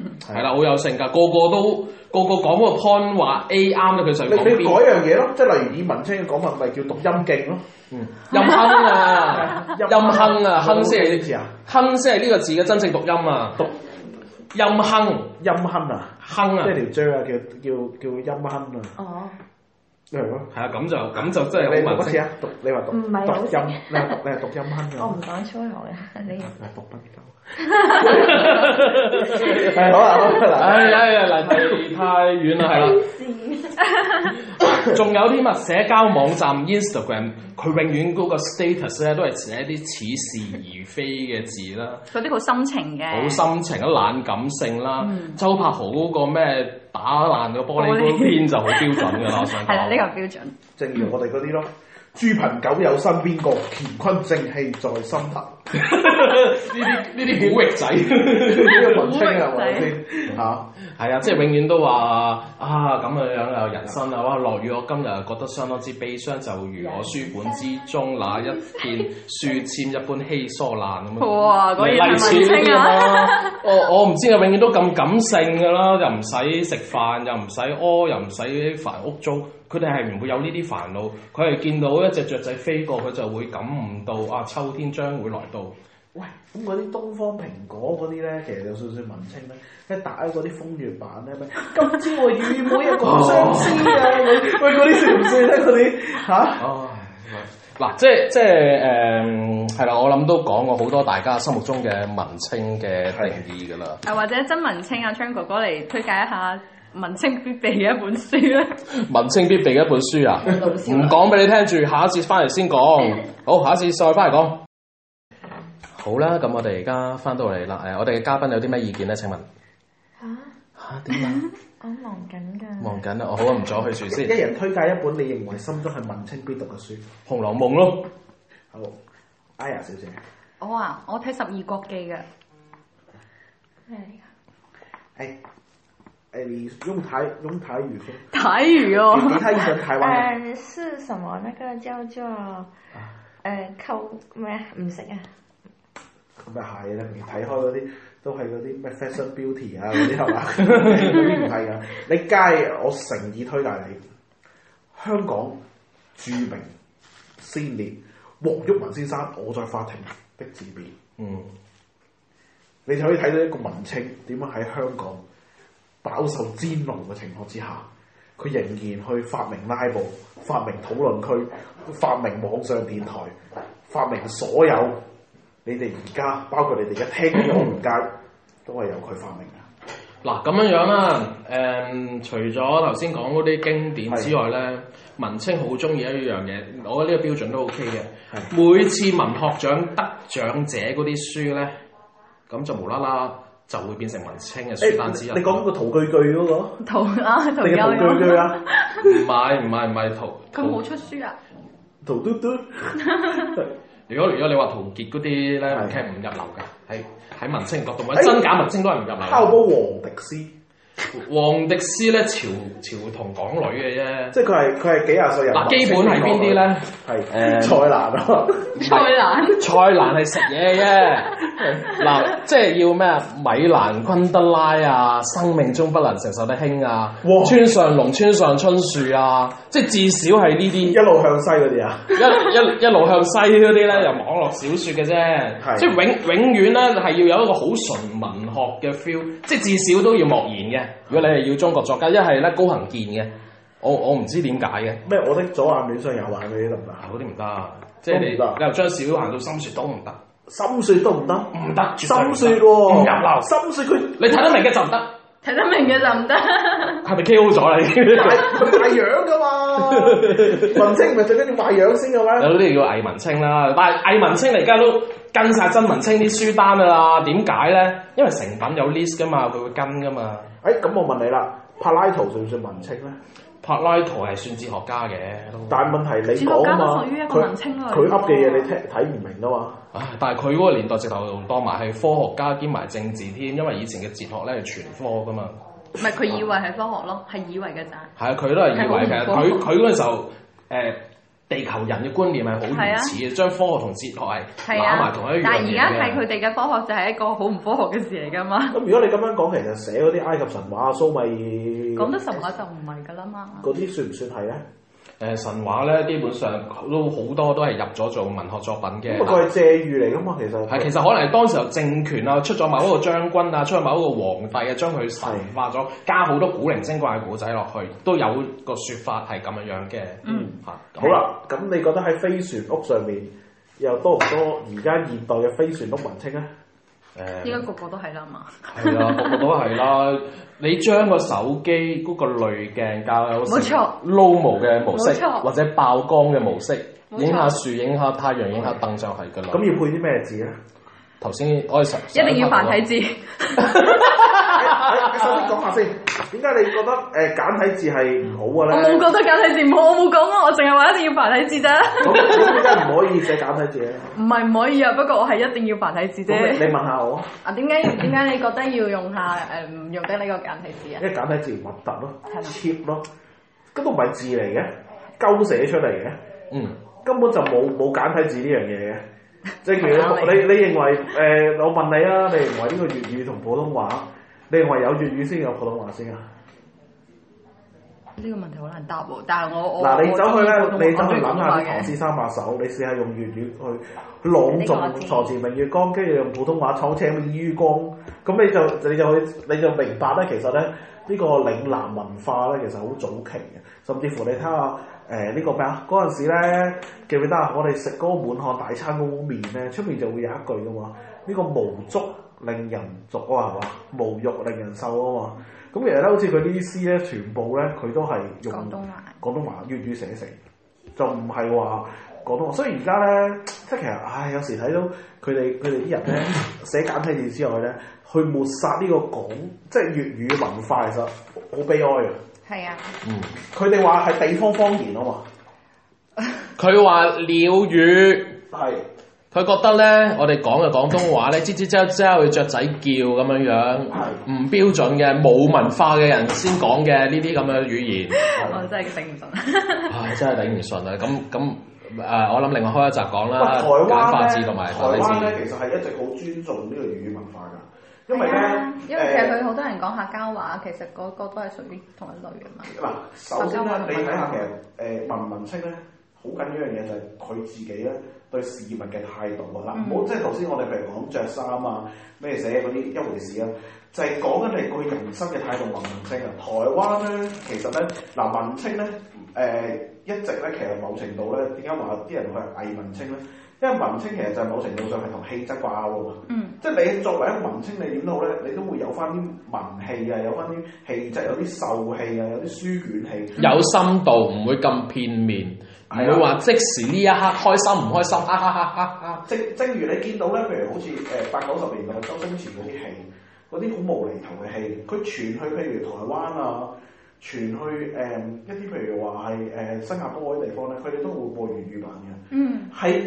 C: 嗯，係啦，好有性格，個個都個個講嗰個 point 話 A 啱啊咧，佢就
E: 你
C: 講
E: 你改
C: B，
E: 樣嘢咯，即係例如以文青嘅講法，咪叫讀音勁咯。
C: 嗯陰哼啊，
E: 陰
C: 陰哼啊，哼先
E: 有冇呢個
C: 係
E: 字啊
C: 哼先係呢個字嘅真正讀音啊，讀陰哼
E: 音哼啊，
C: 哼
E: 即
C: 啊，
E: 係條椎啊，叫叫叫音哼啊，
D: 哦，
E: 係咯。
C: 係啊，咁就咁就真
E: 你
C: 係好
E: 讀
C: 文
E: 一次
C: 青。
E: 啊，讀你話讀讀
F: 唔係好識
E: 音，你係讀你係讀音哼
F: 我
E: 㗎
F: 唔講粗口嘅，你
E: 你係讀不夠。係好啦好啦，
C: 唉唉哎呀，離地太遠啦，係啦。仲有啲乜社交網站 Instagram，佢永遠嗰個 status 咧都係寫一啲似是而非嘅字啦，
D: 嗰啲好深情嘅，
C: 好心情啦、懶感性啦。
D: 嗯
C: 周柏豪嗰個咩打爛個玻璃嗰篇就好標準㗎啦，我想
D: 係啦，呢
C: 講。
D: 個標準。
E: 正如我哋嗰啲咯。豬朋狗友身邊個，乾坤正氣在心頭。
C: 呢啲呢啲古惑仔。
E: 呢個文青係咪先？嚇，
C: 係啊，即係永遠都話啊咁樣樣啊，人生啊，哇落雨我今日覺得相當之悲傷，就如我書本之中那一片書籤一般稀疏爛咁樣。
D: 哇果然係
C: 例似呢
D: 文
C: 啲
D: 青啊
C: 啦！ 我我唔知啊，永遠都咁感性㗎啦，又唔使食飯，又唔使屙，又唔使煩屋租。佢哋係唔會有呢啲煩惱，佢係見到一隻雀仔飛過，佢就會感悟到啊秋天將會來到。
E: 喂，咁嗰啲東方蘋果嗰啲咧，其實有少少文青咧，即係打喺嗰啲風月版咧，咩今朝我與每一個相思啊，咁喂嗰啲算唔算咧？嗰啲嚇？
C: 哦，嗱，即係即係誒，係啦，我諗都講過好多大家心目中嘅文青嘅定義㗎啦。
D: 啊，或者曾文清啊昌哥哥嚟推介一下文青必備嘅一本書啊咧。
C: 文青必備嘅一本書啊，唔講俾你聽住，下一節翻嚟先講。好，下一節再翻嚟講。好啦，咁我哋而家翻到嚟啦，誒，我哋嘅嘉賓有啲咩意見咧？請問
F: 嚇，
C: 嚇點啊？
F: 我哦忙緊㗎。
C: 忙緊啊！我好啊，唔阻佢住先，
E: 一
C: 《
E: 人推介一本你認為心中係文青必讀嘅書。
C: 紅樓夢》咯。
E: 好，哎呀小姐，
D: 我啊，我睇《十二國記》嘅，
F: 咩嚟㗎？
E: 哎，哎，你用台用台語說，
D: 睇魚
E: 你你
D: 哦，
E: 睇一本台灣人，
F: 誒是什麼？那個叫做誒扣咩啊？唔識啊！
E: 咁咪係啦，你睇開嗰啲都係嗰啲咩 fashion beauty 啊嗰啲係嘛？嗰啲唔係㗎，你街我誠意推介你，香港著名先烈黃毓民先生，我在法庭的自辯。
C: 嗯，
E: 你就可以睇到一個文青點樣喺香港飽受煎熬嘅情況之下，佢仍然去發明拉布、發明討論區、發明網上電台、發明所有你哋而家包括你哋而家聽緊嘅行街，都係由佢發明啊嘅。
C: 嗱咁樣樣啦，誒、除咗頭先講嗰啲經典之外咧，文青好中意一樣嘢，我覺得呢個標準都 OK 嘅。每次文學獎得獎者嗰啲書咧，咁就無啦啦就會變成文青嘅書單之一。
E: 你講嗰個陶具具嗰個，
D: 陶啊陶
E: 你嘅
D: 友
E: 陶具具啊，
C: 唔係唔係唔係陶
D: 佢冇出書啊，
E: 陶嘟嘟，
C: 如果如果你話陶傑嗰啲咧，
E: 係哎
C: 文青唔入流嘅，喺喺文青角度，或者真假文青都係唔入流
E: 敲
C: 嘅。
E: 波黃迪斯，
C: 黃迪斯咧潮潮同港女嘅啫。
E: 即係佢係佢係幾廿歲人。
C: 嗱基本係邊啲呢？
E: 係
C: 誒
E: 蔡瀾啊，
D: 蔡瀾
C: 蔡瀾係食嘢 嘅，嗱，即係要咩啊？米蘭昆德拉啊，生命中不能承受的輕啊
E: 哇，
C: 村上龍、村上春樹啊，即係至少係呢啲
E: 一路向西嗰啲啊。
C: 一一一路向西嗰啲咧，又網絡小説嘅啫，
E: 係
C: 即係永永遠咧係要有一個好純文學嘅 feel，即係至少都要莫言嘅。如果你係要中國作家，一係咧高行健嘅，我我唔知點解嘅，
E: 咩？我的左眼戀上右眼嗰啲得唔得
C: 啊
E: 啊？
C: 嗰啲唔得啊，即係你
E: 都唔得
C: 你由張小行到深雪都唔得。
E: 深雪得唔得？
C: 唔得，絕對唔
E: 深
C: 得
E: 雪喎，
C: 唔入流。
E: 深雪佢
C: 你睇得明嘅就唔得，
D: 睇得明嘅就唔得，
C: 係咪 KO 咗你？
E: 賣佢 賣樣 噶嘛？文青咪最緊要賣樣先嘅咩？
C: 有啲叫偽文青啦，但係偽文青嚟家都跟晒真文青啲書單噶啦。點解咧？因為成品有 list 噶嘛，佢會跟噶嘛。
E: 誒咁我問你啦，柏拉圖算唔算文青咧？
C: 柏拉圖係算哲學家嘅，
E: 但係問題你講啊嘛，
D: 哲學家都屬於一個文
E: 佢
D: 青類啊
E: 佢噏嘅嘢你聽睇唔明噶嘛？
C: 唉但係佢嗰個年代直頭當埋係科學家兼埋政治添，因為以前嘅哲學咧係全科噶嘛。
D: 唔係佢以為係科學咯，係以為嘅咋。
C: 係啊，佢都係以為其實
D: 係好唔
C: 佢佢嗰陣時候誒、地球人嘅觀念係好原始嘅，將科學同哲學係
D: 啊係
C: 攬埋
D: 啊
C: 同一樣嘢嘅。，
D: 但係而家係佢哋嘅科學就係一個好唔科學嘅事嚟噶嘛。
E: 咁如果你咁樣講，其實寫嗰啲埃及神話啊、蘇美
D: 講得實話就唔係㗎啦 嘛。
E: 嗰啲算唔算係咧？
C: 誒、神話咧，基本上都好多都係入咗做文學作品嘅。
E: 咁啊佢係借喻嚟噶嘛，其實
C: 係，其實可能係當時候政權啊，出咗某一個將軍啊，出咗某一個皇帝啊，將佢神化咗，加好多古靈精怪嘅古仔落去，都有個説法係咁樣樣嘅。
D: 嗯，
C: 嚇、
E: 好啦，咁你覺得喺飛船屋上面又多唔多而家現代嘅飛船屋文青咧？
C: 誒
D: 應該個個都係啦嘛。
C: 係啊啦，個個都係啦。你將個手機嗰個濾鏡教有
D: 冇錯
C: low 模嘅模
D: 冇
C: 式，
D: 錯
C: 或者爆光嘅模式，
D: 冇錯
C: 影下樹、影下太陽、影下凳就係㗎啦。
E: 咁要配啲咩字 咧？
C: 頭先我哋上
D: 一定要繁體字，
E: 你哎首先講下先，點解你覺得誒簡體字係唔好
D: 我
E: 嘅
D: 冇
E: 咧？
D: 覺得簡體字唔好，我冇講啊，我淨係話一定要繁體字咋。
E: 咁點解唔可以寫簡體字咧？
D: 唔係唔可以啊，不過我係一定要繁體字
E: 咁 你
D: 啫。
E: 你問下我啊，
D: 啊，點解點解你覺得要用下誒唔用得呢個簡體字啊
E: 因？為簡體字核突咯
D: 係嘛
E: ，cheap 咯，根本唔係字嚟嘅，鳩寫出嚟嘅。
C: 嗯。
E: 根本就冇冇簡體字呢樣嘢嘅。即係如果
D: 係啊
E: 你你認為誒、我問你啊，你認為呢個粵語同普通話，你認為有粵語先有普通話先啊？
D: 呢個問題好難答喎，但係我我
E: 嗱，你走去
D: 我
E: 咧，你走
D: 我
E: 去諗下啲
D: 嘅
E: 唐詩三百首，你試下用粵語去去朗
F: 呢個
E: 誦
F: 字
E: 《床前明月光》，跟住用普通話闖青於江，咁你就你就去你就明白咧，其實咧呢、呢個嶺南文化咧，其實好早期嘅，甚至乎你睇下誒呢個咩啊？嗰陣時咧記唔記得啊？我哋食嗰個滿漢大餐嗰碗麵咧，出面就會有一句噶嘛，呢、個無足令人俗啊，係嘛？無欲令人瘦啊嘛。咁其實咧，好似佢呢啲詩咧，全部咧佢都係用
D: 廣東話
E: 廣東話粵語寫成，就唔係話廣東話。所以而家咧，即係其實唉，有時睇到佢哋佢哋啲人咧寫簡體字之外咧，去抹殺呢個廣即係粵語文化，其實好悲哀啊！
D: 係啊，
E: 佢哋話係地方方言啊嘛，
C: 佢話鳥語。
E: 係
C: 佢覺得咧，我哋講嘅廣東話咧，吱吱喳喳會雀仔叫咁樣樣，唔標準嘅冇文化嘅人先講嘅呢啲咁嘅語言，
D: 我真係頂唔順。
C: 唉，真係頂唔順啊！咁咁誒，我諗另外開一集講
E: 喂，
C: 啦，
E: 台
C: 簡化
E: 灣
C: 字
E: 咧，
C: 同埋
E: 台
C: 繁體
E: 灣
C: 字。
E: 咧其實係一直好尊重呢個粵語文化㗎，因為
D: 係啊因
E: 咧
D: 為其
E: 誒
D: 實佢好多人講客家話，其實嗰個都係屬於同一類嘅嘛。
E: 嗱，首先咧，你睇下其實誒、呃文唔文青咧，好緊要一樣嘢就係佢自己咧對事物嘅態度啊！嗱，唔好即係頭先我哋譬如講着衫啊、咩寫嗰啲一回事啊，就係講緊你個人生嘅態度文唔文青啊！台灣咧，其實咧嗱文青咧誒、呃一直咧其實某程度咧點解話啲人去偽文青咧？因為文青其實就係某程度上係同氣質掛鈎啊！
D: 嗯，
E: 即係你作為一個文青，你點都好咧，你都會有翻啲文氣啊，有翻啲氣質，有啲秀氣啊，有啲書卷氣。
C: 有深度，唔會咁片面，唔
E: 係啊
C: 會話即時呢一刻開心唔開心，哈哈哈哈哈！
E: 啊正正如你見到咧，譬如好似誒八九十年代周星馳嗰啲戲，嗰啲好無厘頭嘅戲，佢傳去譬如台灣啊，傳去誒、一啲譬如話係誒新加坡嗰啲地方咧，佢哋都會播粵語版嘅。
D: 嗯，
E: 喺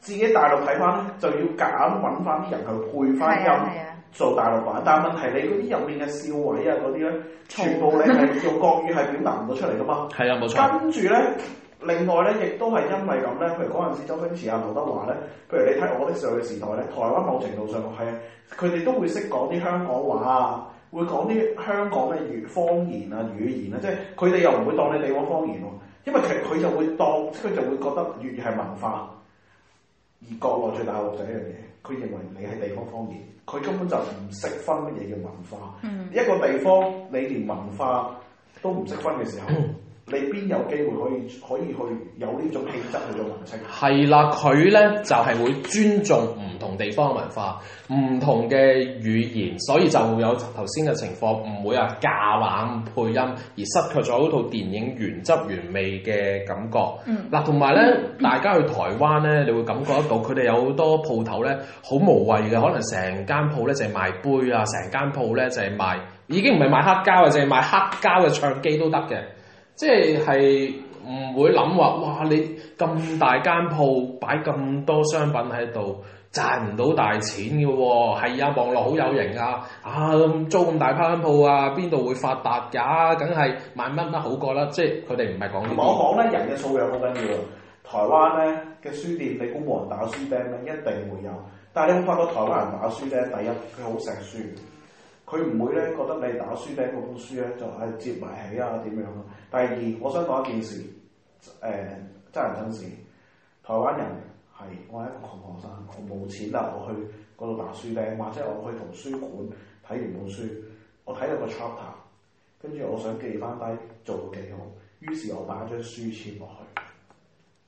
E: 自己大陸睇翻咧，就要夾硬揾翻啲人去配翻
D: 係啊
E: 音。
D: 係啊，
E: 做大陸版，但係問題你嗰啲入面嘅笑位啊嗰啲咧，全部你係用國語係表達唔到出嚟噶嘛。
C: 係啊，冇錯。
E: 跟住咧，另外咧，亦都係因為咁咧，譬如嗰陣時周星馳啊、劉德華咧，譬如你睇《我的少女時代》咧，台灣某程度上係佢哋都會識講啲香港話啊，會講啲香港嘅語方言啊、語言啊，即係佢哋又唔會當你地方方言喎，因為其實佢就會當佢就會覺得粵語係文化，而國內最大鑊就係一樣嘢，佢認為你係地方方言，佢根本就唔識分乜嘢叫文化。
D: 嗯
E: 一個地方你連文化都唔識分嘅時候，你邊有機會可以可以去有呢種氣質去做文青？
C: 係啦，佢咧就係、會尊重唔同地方嘅文化、唔同嘅語言，所以就會有頭先嘅情況，唔會啊夾硬配音而失卻咗嗰套電影原汁原味嘅感覺。
D: 嗯
C: 嗱，同埋咧，大家去台灣咧，你會感覺得到佢哋有好多鋪頭咧，好無謂嘅，可能成間鋪咧就係賣杯啊，成間鋪咧就係賣，已經唔係賣黑膠啊，淨係賣黑膠嘅唱機都得嘅，即係唔會諗話，哇！你咁大間鋪擺咁多商品喺度，賺唔到大錢嘅喎、係啊，望落好有型啊，啊咁租咁大間鋪啊，邊度會發達㗎？梗係萬蚊啦，好過啦，即係佢哋唔係講呢
E: 同埋
C: 啲。
E: 我講咧，人嘅素養好緊要啊。台灣咧嘅書店，你估冇人打書釘咧，一定會有。但係你會發覺台灣人打書釘，第一佢好錫書，佢唔會咧覺得你打書釘嗰本書咧就係接埋起啊點樣啊。第二，我想講一件事，誒、真人真事，台灣人係我係一個窮學生，我冇錢啦，我去嗰度打書釘，或者我去圖書館睇完本書，我睇到個 chapter，跟住我想記翻低做到幾好，於是我擺張書籤落去，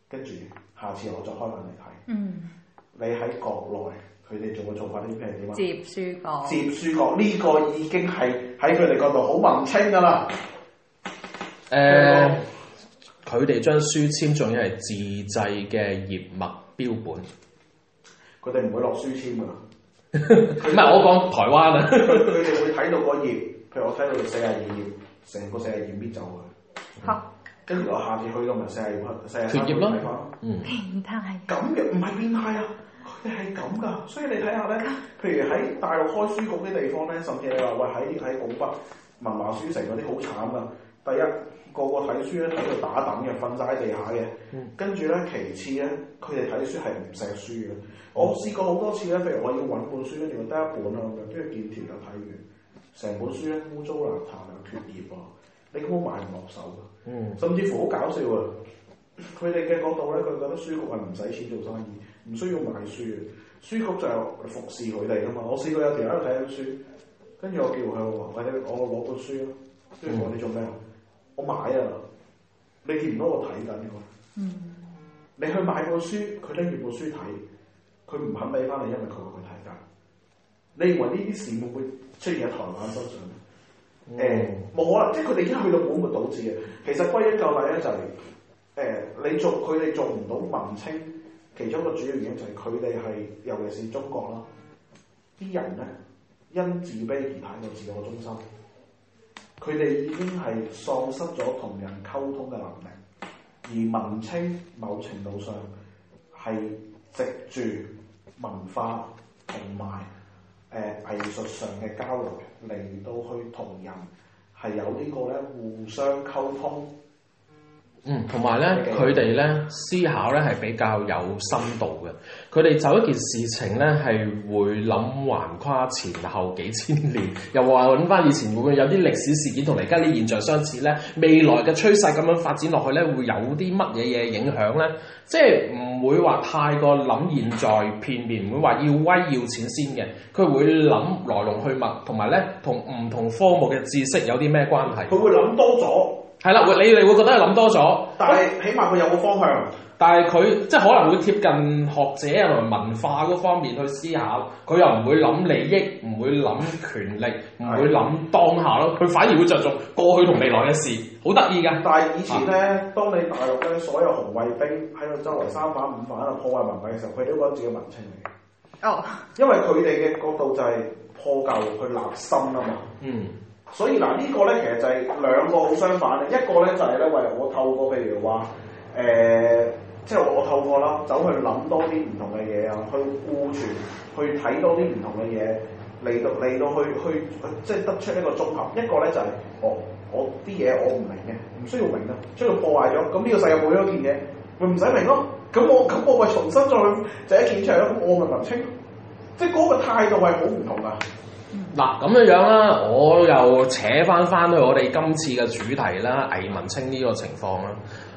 E: 跟住下次我再開翻嚟睇。
D: 嗯，
E: 你喺國內佢哋做嘅做法呢啲係點啊？
D: 接書講
E: 接書角呢個已經係喺佢哋角度好文青㗎啦。
C: 誒，佢哋將書籤仲要係自製嘅葉脈標本，
E: 佢哋唔會落書籤㗎啦。
C: 唔係我講台灣啊。
E: 佢佢哋會睇到個頁，譬如我睇到四廿二頁，成個四廿二頁搣走佢，
D: 嚇
E: 跟住我下次去到咪四廿頁、四廿三
C: 脱頁咯
E: 睇翻。
C: 嗯，
D: 變態。
E: 咁嘅唔係變態啊！佢哋係咁噶，所以你睇下咧，譬如喺大陸開書局啲地方咧，甚至你話喂喺喺拱北文華書城嗰啲好慘噶。第一個個睇書咧睇到打等嘅，瞓晒喺地下嘅。跟住咧，其次咧，佢哋睇書係唔錫書嘅。我試過好多次咧，譬如我要揾本書咧，仲得一本啊咁樣，跟住見條友睇完，成本書咧污糟邋遢啊，脱頁啊，你根本買唔落手㗎。
C: 嗯，
E: 甚至乎好搞笑啊！佢哋嘅角度咧，佢覺得書局係唔使錢做生意，唔需要買書嘅。書局就係服侍佢哋噶嘛。我試過有條友喺度睇緊書，跟住我叫佢我話：喂，你我攞本書啊！跟住我話你做咩啊？我買啊！你見唔到我睇緊㗎？你去買本書，佢拎住本書睇，佢唔肯俾翻你，因為佢話佢睇緊。你認為呢啲事會唔會出現喺台灣身上？
C: 嗯
E: 誒呃冇、可能，即係佢哋已經去到本末倒置嘅。其實歸根究底咧就係、誒、你做佢哋做唔到文青，其中一個主要原因就係佢哋係尤其是中國啦，啲人咧因自卑而太過自我中心，佢哋已經係喪失咗同人溝通嘅能力，而文青某程度上係藉住文化同埋。誒、呃藝術上嘅交流嚟到去同人係有呢個咧互相溝通，
C: 嗯，同埋咧，佢哋咧思考咧係比較有深度嘅。佢哋就一件事情咧係會諗橫跨前後幾千年， 又話揾翻以前會唔會有啲歷史事件同而家啲現象相似咧？未來嘅趨勢咁樣發展落去咧，會有啲乜嘢嘢影響咧？即係唔會話太過諗現在片面，唔會話要威要錢先嘅。佢會諗來龍去脈，同埋咧同唔同科目嘅知識有啲咩關係？
E: 佢會諗多咗，
C: 係啦，會你哋會覺得係諗多咗。
E: 但係起碼佢有個方向。
C: 但係佢即係可能會貼近學者啊同埋文化嗰方面去思考，佢又唔會諗利益，唔會諗權力，唔會諗當下咯，佢反而會着重過去同未來嘅事，好得意㗎。
E: 但係以前咧，當你大陸咧所有紅衛兵喺度周圍三反五反喺度破壞文化嘅時候，佢哋都覺得自己文青嚟嘅，
D: 哦，
E: 因為佢哋嘅角度就係破舊去立新啊嘛。
C: 嗯，
E: 所以嗱，呢個咧其實就係兩個好相反嘅，一個咧就係咧，喂，我透過譬如話誒、即係我透過啦，走去諗多啲唔同嘅嘢啊，去顧全，去睇多啲唔同嘅嘢，嚟到嚟到去去即係得出一個綜合。一個咧就係、我我啲嘢我唔明嘅，唔需要明啦，將佢破壞咗，咁呢個世界冇咗件嘢，咪唔使明咯。咁我咁我咪重新再就一件出嚟咯，咁我咪文清。即係嗰個態度係好唔同啊噶。
C: 嗱咁樣樣啦，我又扯翻翻去我哋今次嘅主題啦，偽文青呢個情況啦。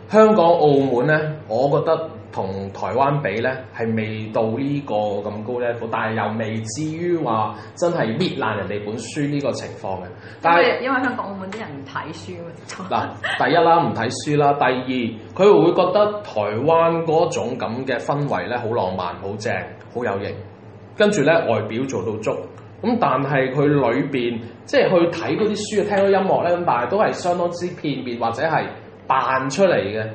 C: 香港、澳門咧，我覺得同台灣比咧，係未到呢個咁高 level，但係又未至於話真係搣爛人哋本書呢個情況嘅。但係
D: 因為因為香港澳門啲人唔睇書
C: 嗱
D: 啊嘛，，
C: 第一啦，唔睇書啦；第二，佢會覺得台灣嗰種咁嘅氛圍咧，好浪漫、好正、好有型。跟住咧，外表做到足，咁但係佢裏邊即係去睇嗰啲書、聽嗰啲音樂咧，咁但係都係相當之片面或者係扮出嚟嘅。
E: 啊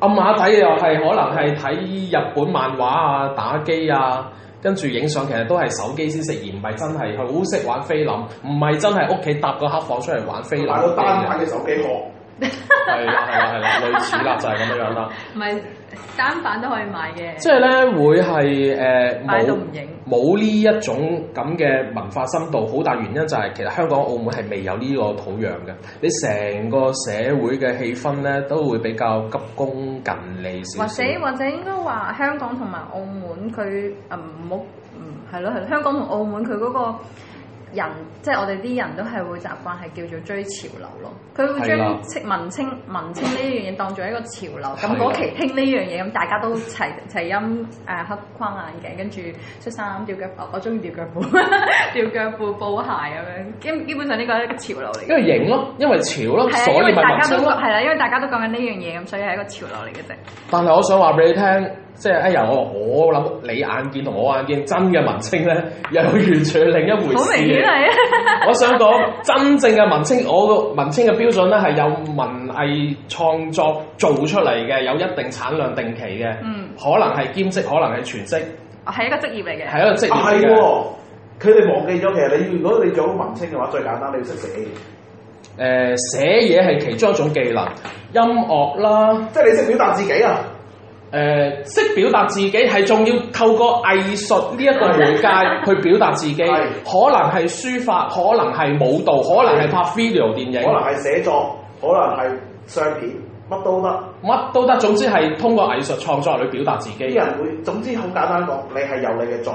C: 暗下睇又係可能係睇日本漫畫啊、打機啊，跟住影相其實都係手機先食，而唔係真係佢好識玩菲林，唔係真係屋企搭個黑房出嚟玩菲林機
E: 買個單
C: 嘅。
E: 反嘅手機殼。
C: 係啦係啦係啦，類似啦就係咁樣樣啦。
D: 唔係單反都可以買嘅。
C: 即係咧會係誒
D: 擺到
C: 冇
D: 唔影
C: 冇呢一種咁嘅文化深度，好大原因就係其實香港、澳門係未有呢個土壤嘅，你成個社會嘅氣氛咧都會比較急功近利少
D: 或
C: 少
D: 者。或者應該話香港同埋澳門佢誒唔好嗯係咯係咯，香港同澳門佢嗰個人即係我哋啲人都係會習慣係叫做追潮流咯，佢會
C: 係啦
D: 將清文青文青呢樣嘢當做一個潮
C: 係
D: 流，
C: 啦
D: 咁嗰期興呢樣嘢，咁大家都齊齊音誒黑框眼鏡，跟住恤衫吊腳，哦我我中意吊腳褲， 吊腳褲布鞋咁樣，基基本上呢個係一個潮流嚟嘅
C: 因。為型咯，因為潮咯，
D: 係啊，
C: 所
D: 因
C: 以
D: 為
C: 咪
D: 大
C: 文
D: 家
C: 青
D: 都
C: 咯。
D: 係啦，因為大家都講緊呢樣嘢，咁所以係一個潮流嚟嘅啫。
C: 但係我想話俾你聽，即係哎呀，我我諗你眼見同我眼見真嘅文青咧，又完全另一回
D: 好
C: 事嚟
D: 明顯係啊！
C: 我想講真正嘅文青，我個文青嘅標準咧係有文藝創作做出嚟嘅，有一定產量定期嘅，
D: 嗯
C: 可能係兼職，可能係全職，
D: 哦係一個職業嚟嘅，
C: 係一個職
E: 啊
C: 業
E: 係
C: 嚟
E: 喎
C: 嘅。，
E: 佢哋忘記咗其實你如果你做到文青嘅話，最簡單你要識寫，
C: 誒、寫嘢係其中一種技能，音樂啦，
E: 即係你識表達自己啊。
C: 誒、識表達自己係仲要透過藝術呢一個媒介去表達自己，可
E: 係
C: 能係書法，可能係舞蹈，可能係拍 video 電影，
E: 可能係寫作，可能係相片，乜都得。
C: 乜都得，總之係通過藝術創作嚟表達自己
E: 啲。人會，總之好簡單講，你係有你嘅作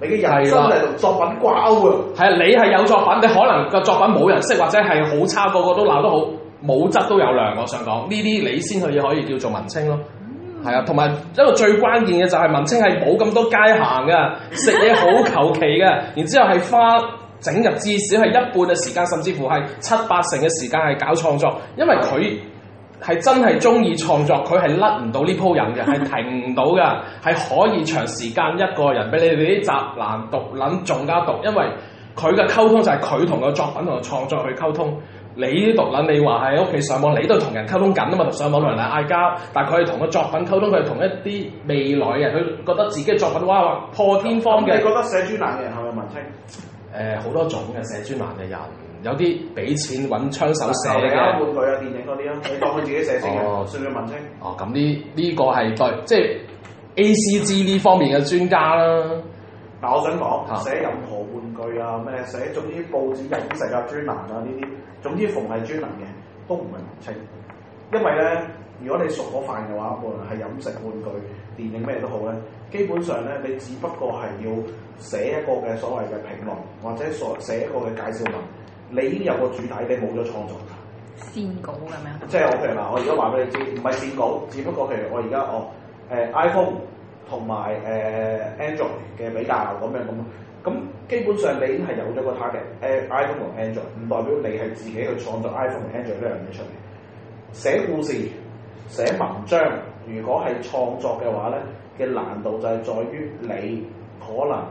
E: 品嘅，你嘅人
C: 係
E: 生
C: 啦
E: 係同作品掛鈎嘅。
C: 係啊，你係有作品，你可能個作品冇人識，或者係好差，個個都鬧得好，冇質都有量。我想講呢啲你先去可以叫做文青咯。係啊，同埋因為最關鍵嘅就係文青係冇咁多街行嘅，食嘢好求其嘅，然之後係花整日至少係一半嘅時間，甚至乎係七八成嘅時間係搞創作，因為佢係真係中意創作，佢係甩唔到呢鋪 人嘅，係停唔到嘅，係可以長時間一個人俾你哋啲宅男毒撚仲加毒，因為佢嘅溝通就係佢同個作品同個創作去溝通。你啲毒撚，你話喺屋企上網，你都係同人溝通緊啊嘛，同上網同人嗌交，但係佢係同個作品溝通，佢係同一啲未來嘅人，佢覺得自己嘅作品哇破天荒
E: 咁
C: 嘅
E: 你。覺得寫專欄嘅人係咪文青？
C: 誒好多種嘅寫專欄嘅人，有啲俾錢揾槍手寫
E: 你啱
C: 嘅。
E: 換佢啊，電影嗰啲啊，你當佢自己寫先
C: 哦
E: 嘅，算唔算文青？
C: 哦，咁呢呢個係對，即係 A C G 呢方面嘅專家啦。
E: 嗱，我想
C: 啊
E: 講寫任何玩具啊，咩寫總之報紙飲食啊、專欄啊呢啲，總之逢係專欄嘅都唔係文青，因為咧，如果你熟嗰飯嘅話，無論係飲食、玩具、電影咩都好咧，基本上咧你只不過係要寫一個嘅所謂嘅評論，或者所寫一個嘅介紹文，你已經有個主體，你冇咗創作。
D: 線稿咁樣。
E: 即係我譬如嗱，我而家話俾你知，唔係線稿，只不過譬如我而家我誒、iPhone 同埋誒、Android 嘅比較咁樣咁，咁基本上你已經係有咗個 target 誒、iPhone 同 Android，唔代表你係自己去創作 iPhone 同 Android 呢樣嘢出嚟。寫故事、寫文章，如果係創作嘅話咧，嘅難度就係在於你可能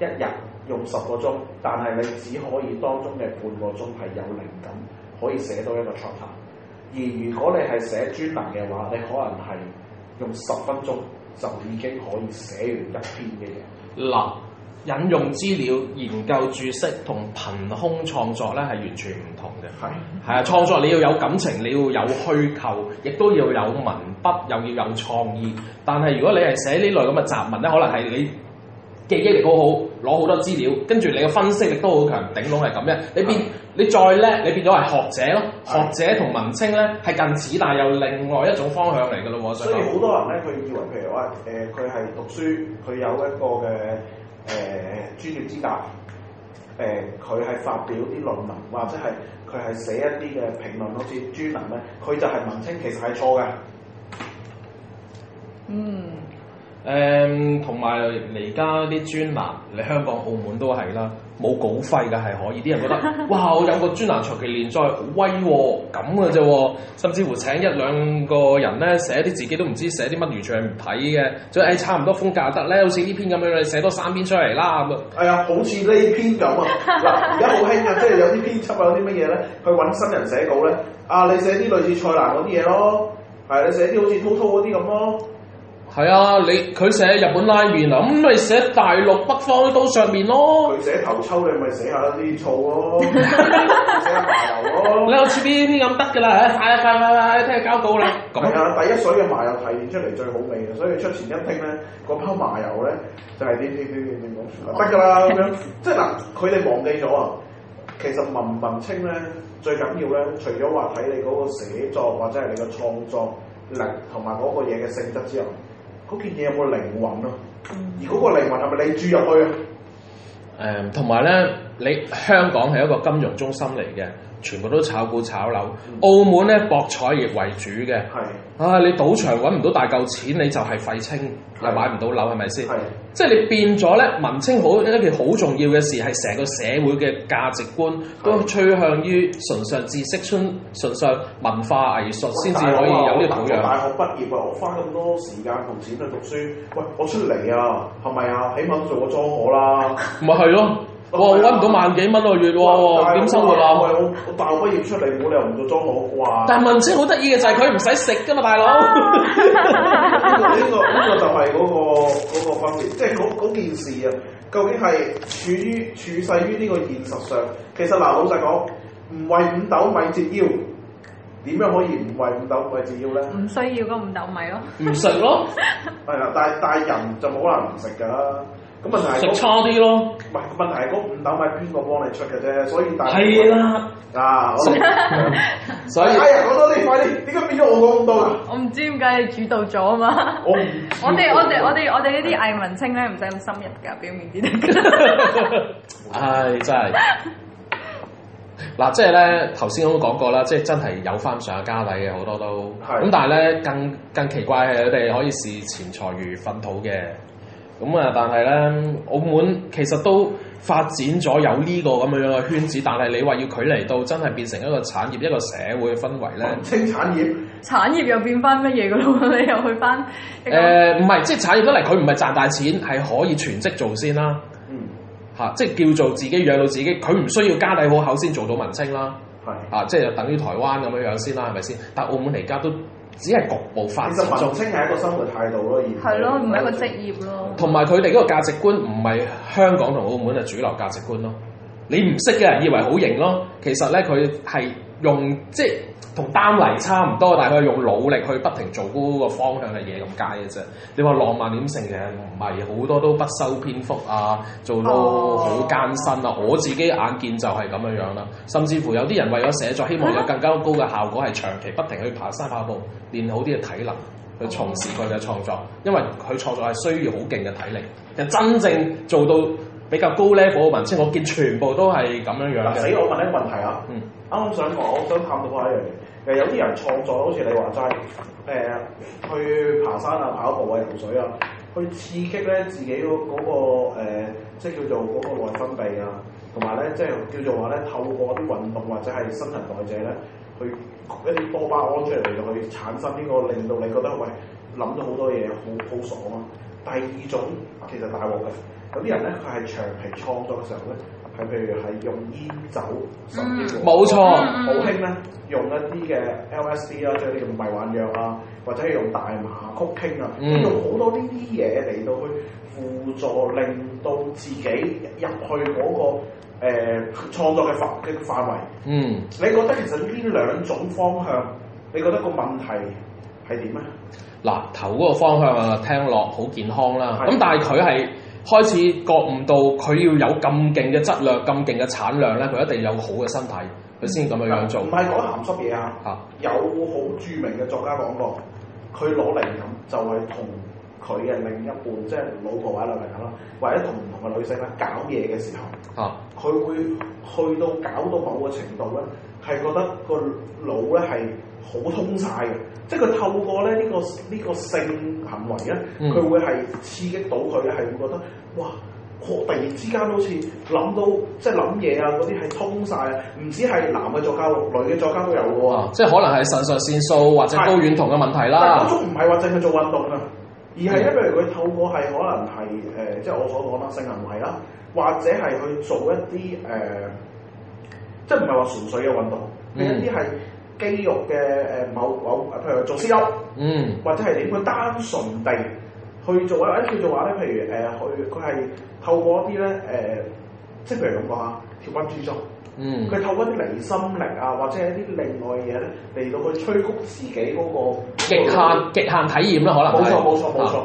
E: 一日用十個鐘，但係你只可以當中嘅半個鐘係有靈感，可以寫到一個 chapter。而如果你係寫專欄嘅話，你可能係用十分鐘就已經可以寫完一篇嘅嘢。
C: 嗱，引用資料、研究注釋同憑空創作咧係完全唔同嘅。
E: 係
C: 係啊，創作你要有感情，你要有虛構，亦都要有文筆，又要有創意。但係如果你係寫呢類咁嘅雜文咧，可能係你記憶力好好，攞好多資料，跟住你嘅分析力都好強，頂籠係咁嘅。你變你再叻，你變咗係學者咯。學者同文青咧係近似，但係又另外一種方向嚟㗎咯喎。我想
E: 所以
C: 講
E: 好多人咧，佢以為譬如話誒，佢、係讀書，佢有一個嘅誒、專業資格，誒佢係發表啲論文，或者係佢係寫一啲嘅評論，好似專欄咧，佢就係文青，其實係錯嘅。
D: 嗯，
C: 誒，同埋嚟家啲專欄，你香港、澳門都係啦，冇稿費嘅係可以。啲人覺得，哇！我有個專欄長期連載，好威喎，咁嘅啫喎。甚至乎請一兩個人咧寫啲自己都唔知寫啲乜，完全係唔睇嘅。所以誒，差唔多風格就得咧，好似呢篇咁樣，你寫多三篇出嚟啦咁啊。
E: 係啊，好似呢篇咁啊！嗱，而家好興啊，即係有啲編輯啊，有啲乜嘢咧，去揾新人寫稿咧，啊，你寫啲類似蔡瀾嗰啲嘢咯，係你寫啲好似滔滔嗰啲咁咯，
C: 係啊，你佢寫日本拉麵啊，咁咪寫大陸北方刀削面咯。
E: 佢寫頭抽，你咪寫下啲醋咯，寫下麻油
C: 你
E: 咯。
C: 好似邊啲咁得㗎啦，唉快啦快快快，聽日交稿啦。咁
E: 係啊，第一水嘅麻油提煉出嚟最好味嘅，所以出前一聽咧，嗰包麻油咧就係點點點點點講，得㗎啦咁樣。即係嗱，佢哋忘記咗啊。其實文唔文青咧，最緊要咧，除咗話睇你嗰個寫作或者係你嘅創作力同埋嗰個嘢嘅性質之外，嗰件嘢有冇靈魂咯？而嗰個靈魂係咪你注入去啊？
C: 誒，同埋咧，你香港係一個金融中心嚟嘅，全部都炒股炒樓。澳門咧博彩業為主嘅，
E: 係
C: 啊，你賭場揾唔到大嚿錢，你就係廢青，又
E: 係
C: 買唔到樓，係咪先？
E: 係
C: 即係你變咗咧，文青好一件好重要嘅事，係成個社會嘅價值觀都趨向於崇尚知識、崇崇尚文化藝術，先至可以有呢個培
E: 啊我大
C: 養。
E: 學畢業啊，我花咁多時間同錢去讀書，喂，我出嚟啊，係咪啊？起碼都做個莊 荷啦。
C: 咪係咯，哇！我揾唔到萬幾蚊個月喎，點生活
E: 喂，
C: 啊？
E: 我我大學畢業出嚟，冇理由唔做莊荷啩？
C: 但文青好得意嘅就係佢唔使食㗎嘛，大佬。
E: 呢個呢個呢個就係嗰個嗰個分別，即係嗰嗰件事啊，究竟係處於處世於呢個現實上。其實嗱，老實講，唔為五斗米折腰，點樣可以唔為五斗米折腰
C: 嗯
E: 咧？
D: 唔需要嗰五斗米咯。
C: 唔食咯，
E: 係啦，但係但係人就冇可能唔食㗎啦。咁問題係
C: 食
E: 嗰
C: 差啲咯，
E: 唔係問題係嗰五斗米邊個幫你出嘅啫，所以大家
C: 係啦，
E: 啊， 我
C: 所以所以
E: 哎呀，講多啲快啲，點解變咗我講咁多啊？
D: 我唔知點解你主導咗啊嘛。
E: 我唔
D: 我哋我哋我哋我哋呢啲藝文青咧，唔使咁深入㗎，表面啲得 㗎。
C: 唉真係嗱，即係咧頭先我都講過啦，即係真係有翻上下家底嘅好多都，
E: 係
C: 咁但係咧更更奇怪係佢哋可以視錢財如糞土嘅，咁啊但係咧澳門其實都發展咗有呢個咁樣嘅圈子，但係你話要佢嚟到真係變成一個產業一個社會嘅氛圍咧。
E: 清產業
D: 產業又變翻乜嘢㗎咯？你又去翻一個
C: 呃誒唔係，即係產業得嚟，佢唔係賺大錢，係可以全職做先啦。
E: 嗯
C: 嚇、即係叫做自己養到自己，佢唔需要家底好厚先做到文青啦。
E: 係。
C: 嚇、即係等於台灣咁樣樣先啦，係咪先？但澳門而家都只係局部發
E: 其
C: 展
E: 實文
C: 中，
E: 青係一個生活態度咯，而唔
D: 係咯，唔係一個職業咯。
C: 同埋佢哋嗰個價值觀唔係香港同澳門嘅主流價值觀咯。你唔識嘅人以為好型咯，其實咧佢係用即係同擔泥差唔多，但係佢係用努力去不停做嗰個方向嘅嘢咁解嘅啫。你話浪漫點成嘅唔係好多都不修邊幅啊，做到好艱辛啊！我自己眼見就係咁樣樣啦。甚至乎有啲人為咗寫作，希望有更加高嘅效果，係長期不停去爬山跑步，練好啲嘅體能。去從事佢嘅創作，因為佢創作係需要好勁嘅體力。其實真正做到比較高 level 嘅文青，我見全部都係咁樣樣
E: 嗱，死
C: 嘅。
E: 我問你一個問題啊！
C: 嗯，
E: 啱啱想講，我想探討下一樣嘢。誒，有啲人創作好似你話齋，誒、去爬山啊、跑步啊、游水啊，去刺激咧自己嗰、嗰個、誒即係叫做嗰個內分泌啊，同埋咧即係叫做話咧，透過啲運動或者係新陳代謝咧，去一啲多巴胺出嚟，去產生呢、個令到你覺得喂諗咗好多嘢，好好爽啊！第二種其實大鑊嘅，有啲人咧佢係長期創作嘅時候咧，係譬如係用煙酒甚至乎
C: 嗯冇錯。
E: 好興咧，用一啲嘅 LSD 啊啦，即係呢個迷幻藥啊，或者係用大麻、曲傾啊，
C: 嗯
E: 用好多呢啲嘢嚟到去輔助，令到自己入去嗰、個誒、呃、創作嘅範嘅範圍。
C: 嗯。
E: 你覺得其實呢兩種方向，你覺得個問題係點咧？
C: 嗱，頭嗰個方向啊，聽落好健康啦。
E: 係
C: 咁但係佢係開始覺悟到佢要有咁勁嘅質量、咁勁嘅產量咧，佢一定有好嘅身體，佢先咁樣樣做
E: 唔係講鹹濕嘢啊！
C: 嚇。
E: 有好著名嘅作家講過，佢攞靈感就係同佢嘅另一半，即係老婆或者女朋友啦，或者同唔同嘅女性咧搞嘢嘅時候，
C: 嚇
E: 佢會去到搞到某個程度咧，係覺得個腦咧係好通晒嘅，即係佢透過咧呢、個呢、個性行為咧，
C: 嗯
E: 佢會係刺激到佢係會覺得哇！我突然之間好似諗到即係諗嘢啊，嗰啲係通晒啊！唔止係男嘅作家喎，女嘅作家都有嘅喎。
C: 啊，即係可能係腎上腺素或者
E: 係
C: 睾丸酮嘅問題
E: 但係
C: 啦
E: 嗰。種唔係話淨係做運動啊，而係咧，譬如佢透過係可能係誒、呃即係我所講啦，性行為啦，或者係去做一啲誒、呃即係唔係話純粹嘅運動，係
C: 嗯
E: 一啲係肌肉嘅誒某某，譬如做 sit up，
C: 嗯
E: 或者係點，佢單純地去做啊，或者叫做話咧，譬如誒，呃佢佢係透過一啲咧誒，即係譬如咁講啊，跳滾珠竹。
C: 嗯，
E: 佢透過啲離心力啊，或者係一啲另外嘅嘢咧，嚟到去催谷自己嗰、個
C: 極限極限體驗啦，可能
E: 冇錯
C: 係啊
E: 冇錯冇錯，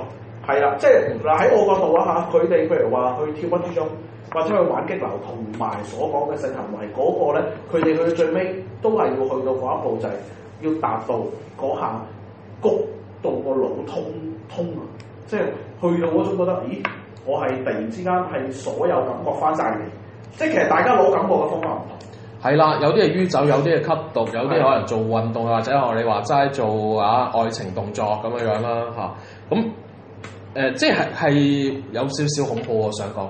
E: 係啦，即係嗱喺我角度啊嚇，佢哋譬如話去跳溫之中，或者去玩激流，同埋所講嘅性行為嗰、個咧，佢哋去最尾都係要去到嗰一步，就係、要達到嗰下谷到個腦通通啊！即係去到嗰種覺得，咦，我係突然之間係所有感覺翻晒嚟，即係其實大家腦感覺嘅啊方法唔同。
C: 係啦，有啲係酗酒，有啲係吸毒，有啲可能做運動，或者學你話齋做啊愛情動作咁樣樣啦嚇。咁、誒、即係係有少少恐怖，我想講。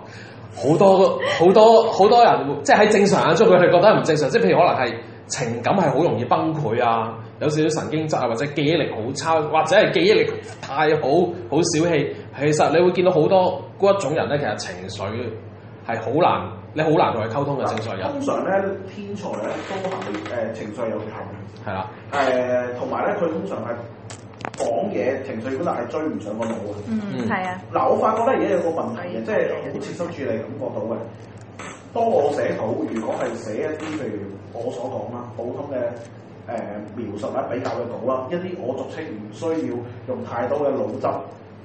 C: 好多好多好多人會，即係喺正常眼中，佢係覺得唔正常。即係譬如可能係情感係好容易崩潰啊，有少少神經質啊，或者記憶力好差，或者係記憶力太好，好小氣。其實你會見到好多嗰一種人咧，其實情緒係好難，你好難同佢溝通嘅正常人
E: 通常咧，天才咧都係誒、情緒有缺陷
C: 係啦。
E: 嘅，誒同埋咧佢通常係講嘢情緒表達係追唔上個腦嘅。
C: 嗯
F: 嗯，係啊，
E: 嗱、我發覺咧而家有個問題嘅，即係好切身處理感覺到嘅。當哦我寫稿，如果係寫一啲譬如我所講啦，普通嘅誒、描述啦、比較嘅稿啦，一啲我俗稱唔需要用太多嘅腦汁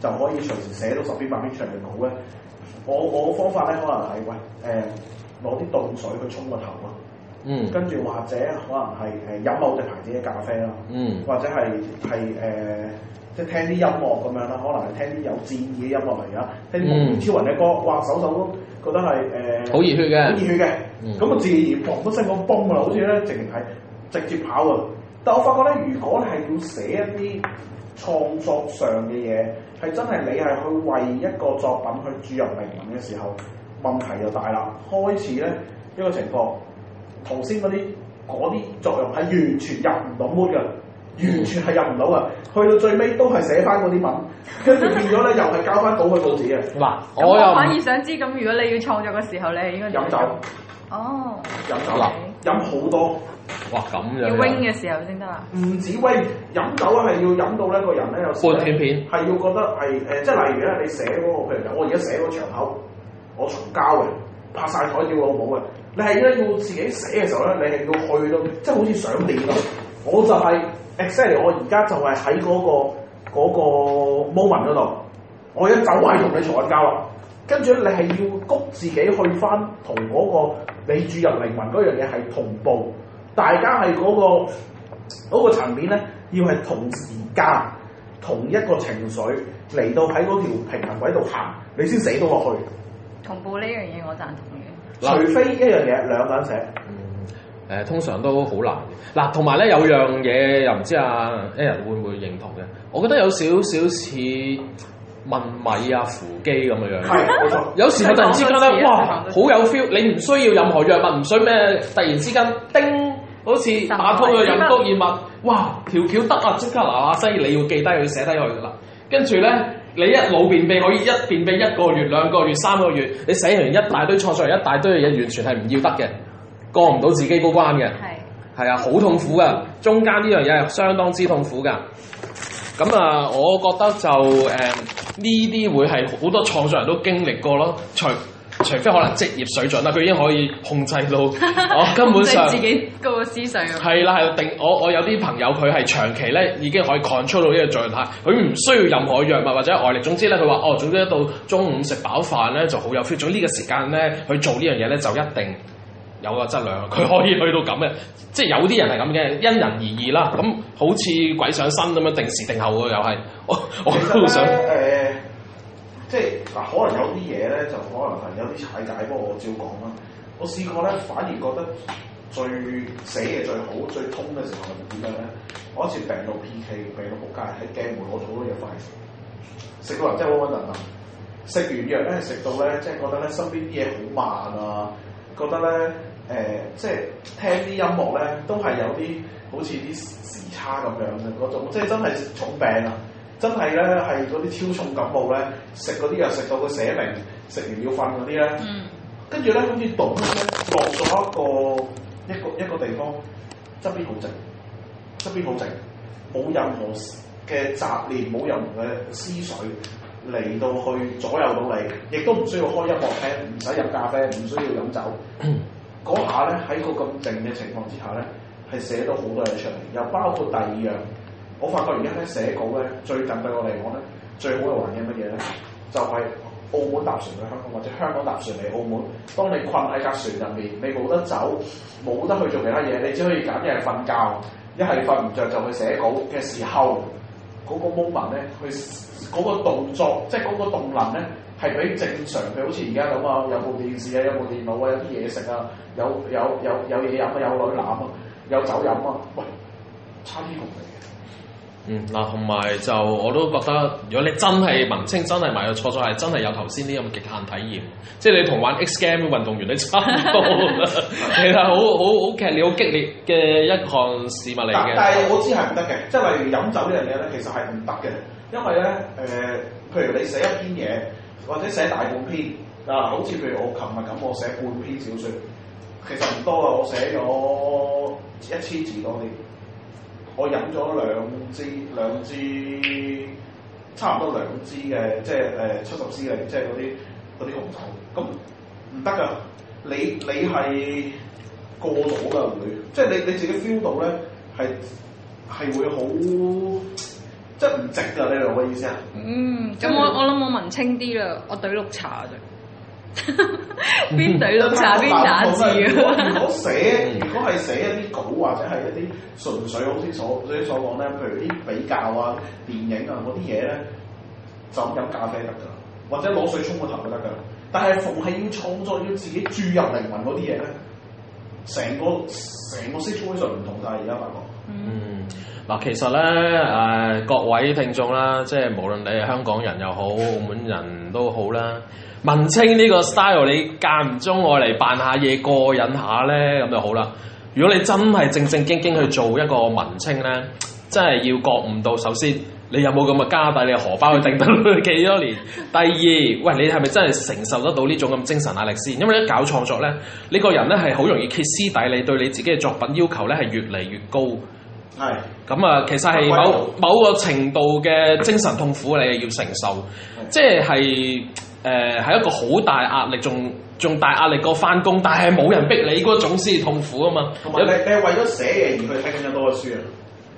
E: 就可以隨時寫到十篇百篇出嚟嘅稿咧，我我方法咧可能係喂誒攞啲凍水去沖個頭啊。
C: 嗯
E: 跟住或者可能係誒飲某隻牌子嘅咖啡啦，
C: 嗯
E: 或者係係誒即係聽啲音樂咁樣啦，可能係聽啲有戰意嘅音樂嚟啦，聽
C: 嗯
E: 啲超人嘅歌，哇首首都覺得係呃誒
C: 好熱血嘅
E: 好熱血嘅
C: 嗯，
E: 咁啊自然砰一聲咁崩噶啦，好似咧直情係直接跑啊！但我發覺咧，如果你係要寫一啲創作上嘅嘢，係真係你係去為一個作品去注入靈魂嘅時候，問題就大啦。開始咧一個情況，頭先嗰啲嗰啲作用係完全入唔到 mood 嘅，完全係入唔到嘅。去到最尾都係寫翻嗰啲文，跟住變咗咧又係交翻稿去報紙嘅。
C: 嗱，
D: 咁
C: 我又
D: 我
C: 唔
D: 反而想知，咁如果你要創作嘅時候，你係應該點
E: 飲酒，
D: 哦，
E: 飲酒
C: 嗱
E: 飲好多。
C: 哇咁
D: 要
C: 樣
D: wing
C: 嘅
D: 嘅時候先得啊啦。
E: 唔止威飲酒咧，係要飲到咧個人咧有時
C: 半斷片
E: 係要覺得係誒、即係例如咧，你寫嗰、個譬如我而家寫嗰場口，我嘈交嘅，拍晒台叫老母嘅，啊你係咧要自己寫嘅時候咧，你係要去到即係好似上電咁，我就係、exactly 我而家就係喺嗰個嗰、個 moment 嗰度，我而家就係同你嘈緊交啦。跟住咧，你係要谷自己去翻同嗰個你注入靈魂嗰樣嘢係同步，大家係嗰、個嗰個層面咧，要係同時間同一個情緒嚟到喺嗰條平衡軌度行，你先死到落去。
D: 同步呢樣嘢我贊同嘅，
E: 除非一樣嘢兩個人寫，
D: 嗯
C: 誒、通常都好難嘅。嗱，同埋咧有樣嘢又唔知啊 a a 會唔會認同嘅？我覺得有少少似問米啊、扶機咁樣樣。
E: 係冇錯。
C: 有時候突然之間咧，
D: 想講多次啊
C: 哇，
D: 想講
C: 好
D: 多次
C: 有 feel！你唔需要任何藥物，唔需咩，突然之間叮，好似打通咗任督二脈，哇，條橋得啊！即刻嗱嗱聲，你要記低佢，寫低佢啦。跟住咧，你一腦便秘可以一便秘一個月、兩個月、三個月，你寫完一大堆創作，一大堆嘢，完全係唔要得嘅，過唔到自己嗰關嘅。
D: 係。
C: 係啊，好痛苦噶，中間呢樣嘢係相當之痛苦噶。咁啊，我覺得就誒呢啲會係好多創作人都經歷過咯，除除非可能職業水準啦，佢已經可以控制到，我根本上
D: 即係自己個思想咁。
C: 係啦係啦定我我有啲朋友佢係長期咧已經可以 control 到呢個狀態，佢唔需要任何藥物或者外力，總之咧佢話哦，總之一到中午食飽飯咧就好有 feel，總之呢個時間咧去做呢樣嘢咧就一定。有個質量，佢可以去到咁嘅，即係有啲人係咁嘅，因人而異啦。咁好似鬼上身咁樣，定時定候喎，又係我我
E: 其實
C: 都想
E: 咧誒、即係嗱，可能有啲嘢咧就可能係有啲踩界，不過我照講啦。我試過咧，反而覺得最死嘅最好、最通嘅時候係點樣咧？我一次病到 PK，病到仆街，喺鏡門我做好嘢快食到人真係温温頓頓。食完藥咧，食到咧，即係覺得咧身邊啲嘢好慢啊，覺得咧誒、即係聽啲音樂咧都係有啲好似啲時差咁樣嘅嗰種，即係真係重病啊！真係咧係嗰啲超重感冒咧，食嗰啲藥食到佢寫明，食完要瞓嗰啲咧，
D: 嗯，
E: 跟住咧好似倒咧落咗一個一個一個地方，側邊好靜，側邊好靜，冇任何嘅雜念，冇任何嘅思緒，嚟到去左右到你，亦都唔需要開音樂聽，唔使飲咖啡，唔需要飲酒。嗰下咧喺個咁靜嘅情況之下咧，係寫到好多嘢出嚟，又包括第二樣。我發覺而家咧寫稿咧，最近對我嚟講咧，最好嘅環境係乜嘢咧？就係、澳門搭船去香港，或者香港搭船嚟澳門。當你困喺架船入面，你冇得走，冇得去做其他嘢，你只可以揀一係瞓覺，一係瞓唔着就去寫稿嘅時候，嗰、個 moment 咧，佢嗰個動作，即係嗰個動能咧，係比正常嘅好似而家咁啊，有部電視啊，有部電腦啊，有啲嘢食啊，有有有有嘢飲啊，有女攬啊，有酒飲啊，喂，差啲同你。
C: 嗯，嗱，同埋就我都覺得，如果你真係文青，真係買到錯咗，係真係有頭先啲咁嘅極限體驗，即係你同玩 X game 運動員你差唔多 啦，其實好好好劇烈、好激烈嘅一項事物嚟
E: 但但係
C: 嘅。
E: 我知係唔得嘅，即係例如飲酒呢樣嘢咧，其實係唔得嘅，因為咧誒、譬如你寫一篇嘢或者寫大半篇啊，好似譬如我琴日咁，我寫半篇小説，其實唔多啊，我寫咗一千字多啲，我飲咗兩支兩支差唔多兩支嘅，即係誒七十支嘅，即係嗰啲嗰啲紅酒，咁唔得噶，你你係過到噶會，即係你你自己 feel 到咧係係會好，即係唔值噶，你明我意思啊？
D: 嗯，咁我我諗我文青啲啦，我懟綠茶 啫，邊懟綠 茶邊打字
E: 如果如
D: 啊！
E: 果寫，如果係寫一啲稿或者係一啲純粹好似所所所講咧，譬如啲比較啊、電影啊嗰啲嘢咧，就咁飲咖啡得㗎，或者攞水沖個頭就得㗎。但係逢係要創作、要自己注入靈魂嗰啲嘢咧，成個成個 situation 唔同晒而家發覺。
C: 嗯，嗱，其實咧，誒、各位聽眾啦，即係無論你係香港人又好，澳門人都好啦，文青呢個 style，你間唔中愛嚟扮下嘢過癮下咧，咁就好啦。如果你真係正正經經去做一個文青咧，真係要覺悟到，首先你有冇咁嘅家底，你荷包去頂得幾多年？第二，喂，你係咪真係承受得到呢種咁精神壓力先？因為一搞創作咧，你個人咧係好容易歇斯底里，對你自己嘅作品要求咧係越嚟越高。
E: 係
C: 咁啊，其實係某某個程度嘅精神痛苦，你係要承受，即係誒係一個好大壓力，仲仲大壓力過翻工，但係冇人逼你嗰種先痛苦啊嘛。
E: 同埋你你係為咗寫嘢而去睇更加多嘅書啊，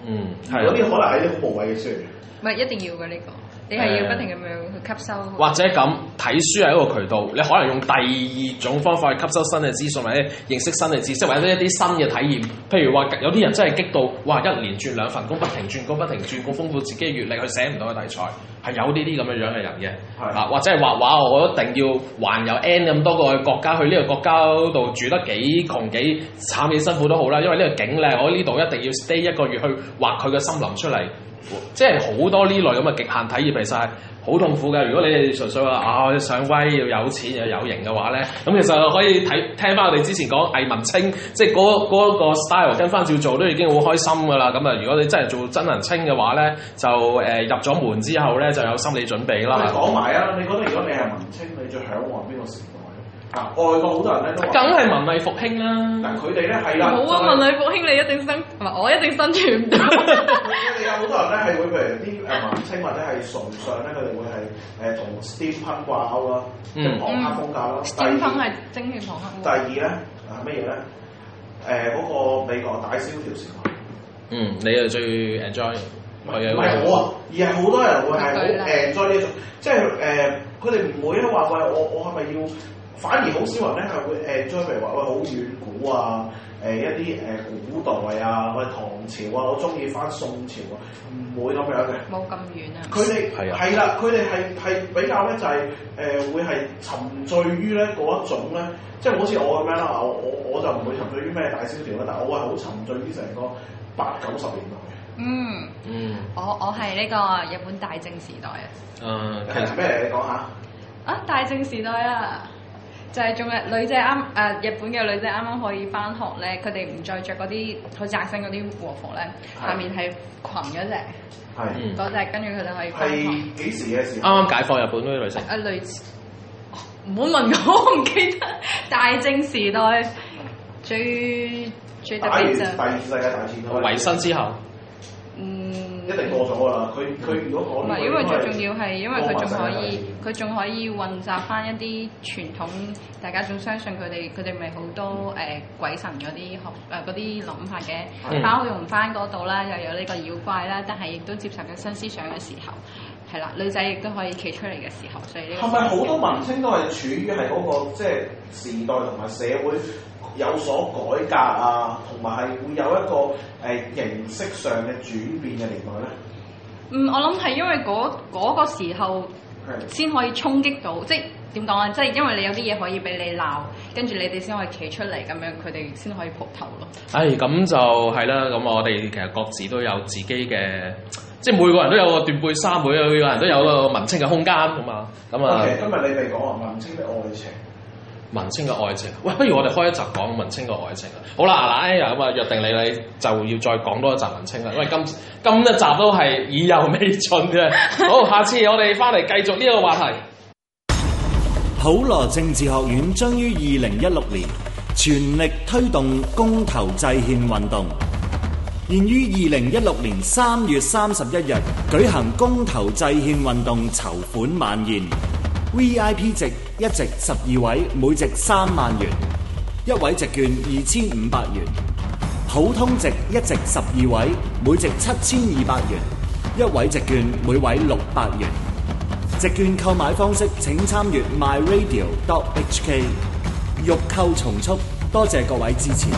C: 嗯，係
E: 嗰
C: 啊
E: 啲可能係啲好無謂嘅書嚟嘅。
D: 唔係一定要嘅呢個，你係要不停咁樣去吸收。啊
C: 或者咁睇書係一個渠道，你可能用第二種方法去吸收新嘅資訊，或者認識新嘅知識，或者一啲新嘅體驗。譬如話，有啲人真係激到，哇！一年轉兩份工，不停轉工，不停轉工，豐富自己嘅閲歷，去寫唔到嘅題材，係有呢啲咁樣樣嘅人嘅。
E: 係
C: 啊，或者係畫畫，我一定要環遊 N 咁多個國家，去呢個國家度住得幾窮幾慘幾辛苦都好啦，因為呢個景靚，我呢度一定要 stay 一個月去畫佢嘅森林出嚟。即係好多呢類咁嘅極限體驗，其實係好痛苦嘅。如果你哋純粹話啊上威要有錢又有型嘅話咧，咁其實可以睇聽翻我哋之前講藝文青，即係嗰嗰個 style 跟翻照做都已經好開心噶啦。咁啊，如果你真係做真人青嘅話咧，就誒、呃入咗門之後咧就有心理準備
E: 我哋
C: 啦。
E: 講埋啊，你覺得如果你係文青，你最向往邊個時代咧？嗱，外國好多人咧都話
C: 梗係文藝復興啦，
E: 嗱，佢哋咧係啦，
D: 好啊，
E: 就係
D: 文女復興你一定生，唔係我一定生存 唔到。
E: 佢哋有好多人咧係會譬如啲誒文青或者係崇尚咧，佢哋會係誒呃同 steampunk 掛鈎啦，即係
C: 嗯
E: 龐克風格啦。第
D: 蒸粉
E: 二
D: 係蒸血糖
E: 第二咧係乜嘢咧？誒嗰個美國大蕭條時代。
C: 嗯，你係最 enjoy
E: 唔
C: 佢嘅
E: 係我啊，而係好多人會係好
D: 佢啦
E: enjoy 呢種，即係誒，呃佢哋唔會咧話喂，我我係咪要？反而好少人咧係會 enjoy，譬如話喂好遠古啊，誒、一啲誒、呃古代啊，喂唐朝啊，我中意翻宋朝啊，唔會咁樣嘅。
D: 冇咁遠啊。
E: 佢哋
C: 係啊
E: 係啦，佢哋係係比較咧就係、誒、會係沉醉於咧嗰一種咧，即係好似我咁樣啦，我我我就唔會沉醉於咩大蕭條啦，但係我係好沉醉於成個八九十年代嘅。
D: 嗯，
C: 嗯
D: 我我係呢個日本大正時代啊。
C: 誒、呃其實
E: 係咩嚟？你講下。
D: 啊，大正時代啊，就係仲係女仔啱誒日本嘅女仔啱啱可以翻學咧，佢哋唔再着嗰啲好窄身嗰啲和服咧，
E: 係
D: 下面係裙嗰只
E: 係
C: 嗯
D: 嗰只，跟住佢哋可以翻學。
E: 係幾時嘅事？
C: 啱啱解放日本嗰啲女性，
D: 啊，類似哦唔好問我， 我唔記得大正時代最最特
E: 打完第
D: 別就
E: 二次世界大戰嗰陣
C: 維新之後。
D: 嗯，
E: 一定過咗㗎啦。佢佢如果
D: 唔
E: 講呢
D: 係，
E: 個
D: 因為
E: 應該係
D: 最重要係因為佢仲可以
E: 多
D: 佢仲可以混雜翻一啲傳統，大家仲相信佢哋佢哋咪好多誒、呃鬼神嗰啲學誒嗰啲諗法嘅，
C: 嗯
D: 包容翻嗰度啦，又有呢個妖怪啦，但係亦都接受緊新思想嘅時候，係啦，女仔亦都可以企出嚟嘅時候，所以呢個
E: 係咪好多文青都係處於係嗰、個即係時代同埋社會有所改革啊，同埋係會有一個誒、形式上嘅轉變嘅年代咧？
D: 嗯，我諗係因為嗰嗰、個時候。
E: 係
D: 先可以衝擊到，即係點講啊？即係因為你有啲嘢可以俾你鬧，跟住你哋先可以企出嚟，咁樣佢哋先可以蒲頭咯。
C: 唉，咁就係啦。咁我哋其實各自都有自己嘅，即係每個人都有個斷背山，每個人都有個文青嘅空間咁嘛。咁啊
E: OK，今日你哋講話文青嘅愛情，
C: 文青嘅愛情，喂，不如我哋開一集講文青嘅愛情啊！好啦，嗱，哎呀，咁啊，約定你你就要再講多一集文青啦，因為今今一集都係意猶未盡嘅。好，下次我哋翻嚟繼續呢個話題。
B: 普羅政治學院將於二零一六年全力推動公投制憲運動，現於二零一六年三月三十一日舉行公投制憲運動籌款晚宴，VIP 席一席十二位，每席三萬元，一位席券二千五百元，普通席一席十二位，每席七千二百元，一位席券每位六百元。席券購買方式請參閱 myradio.hk。欲購從速，多謝各位支持。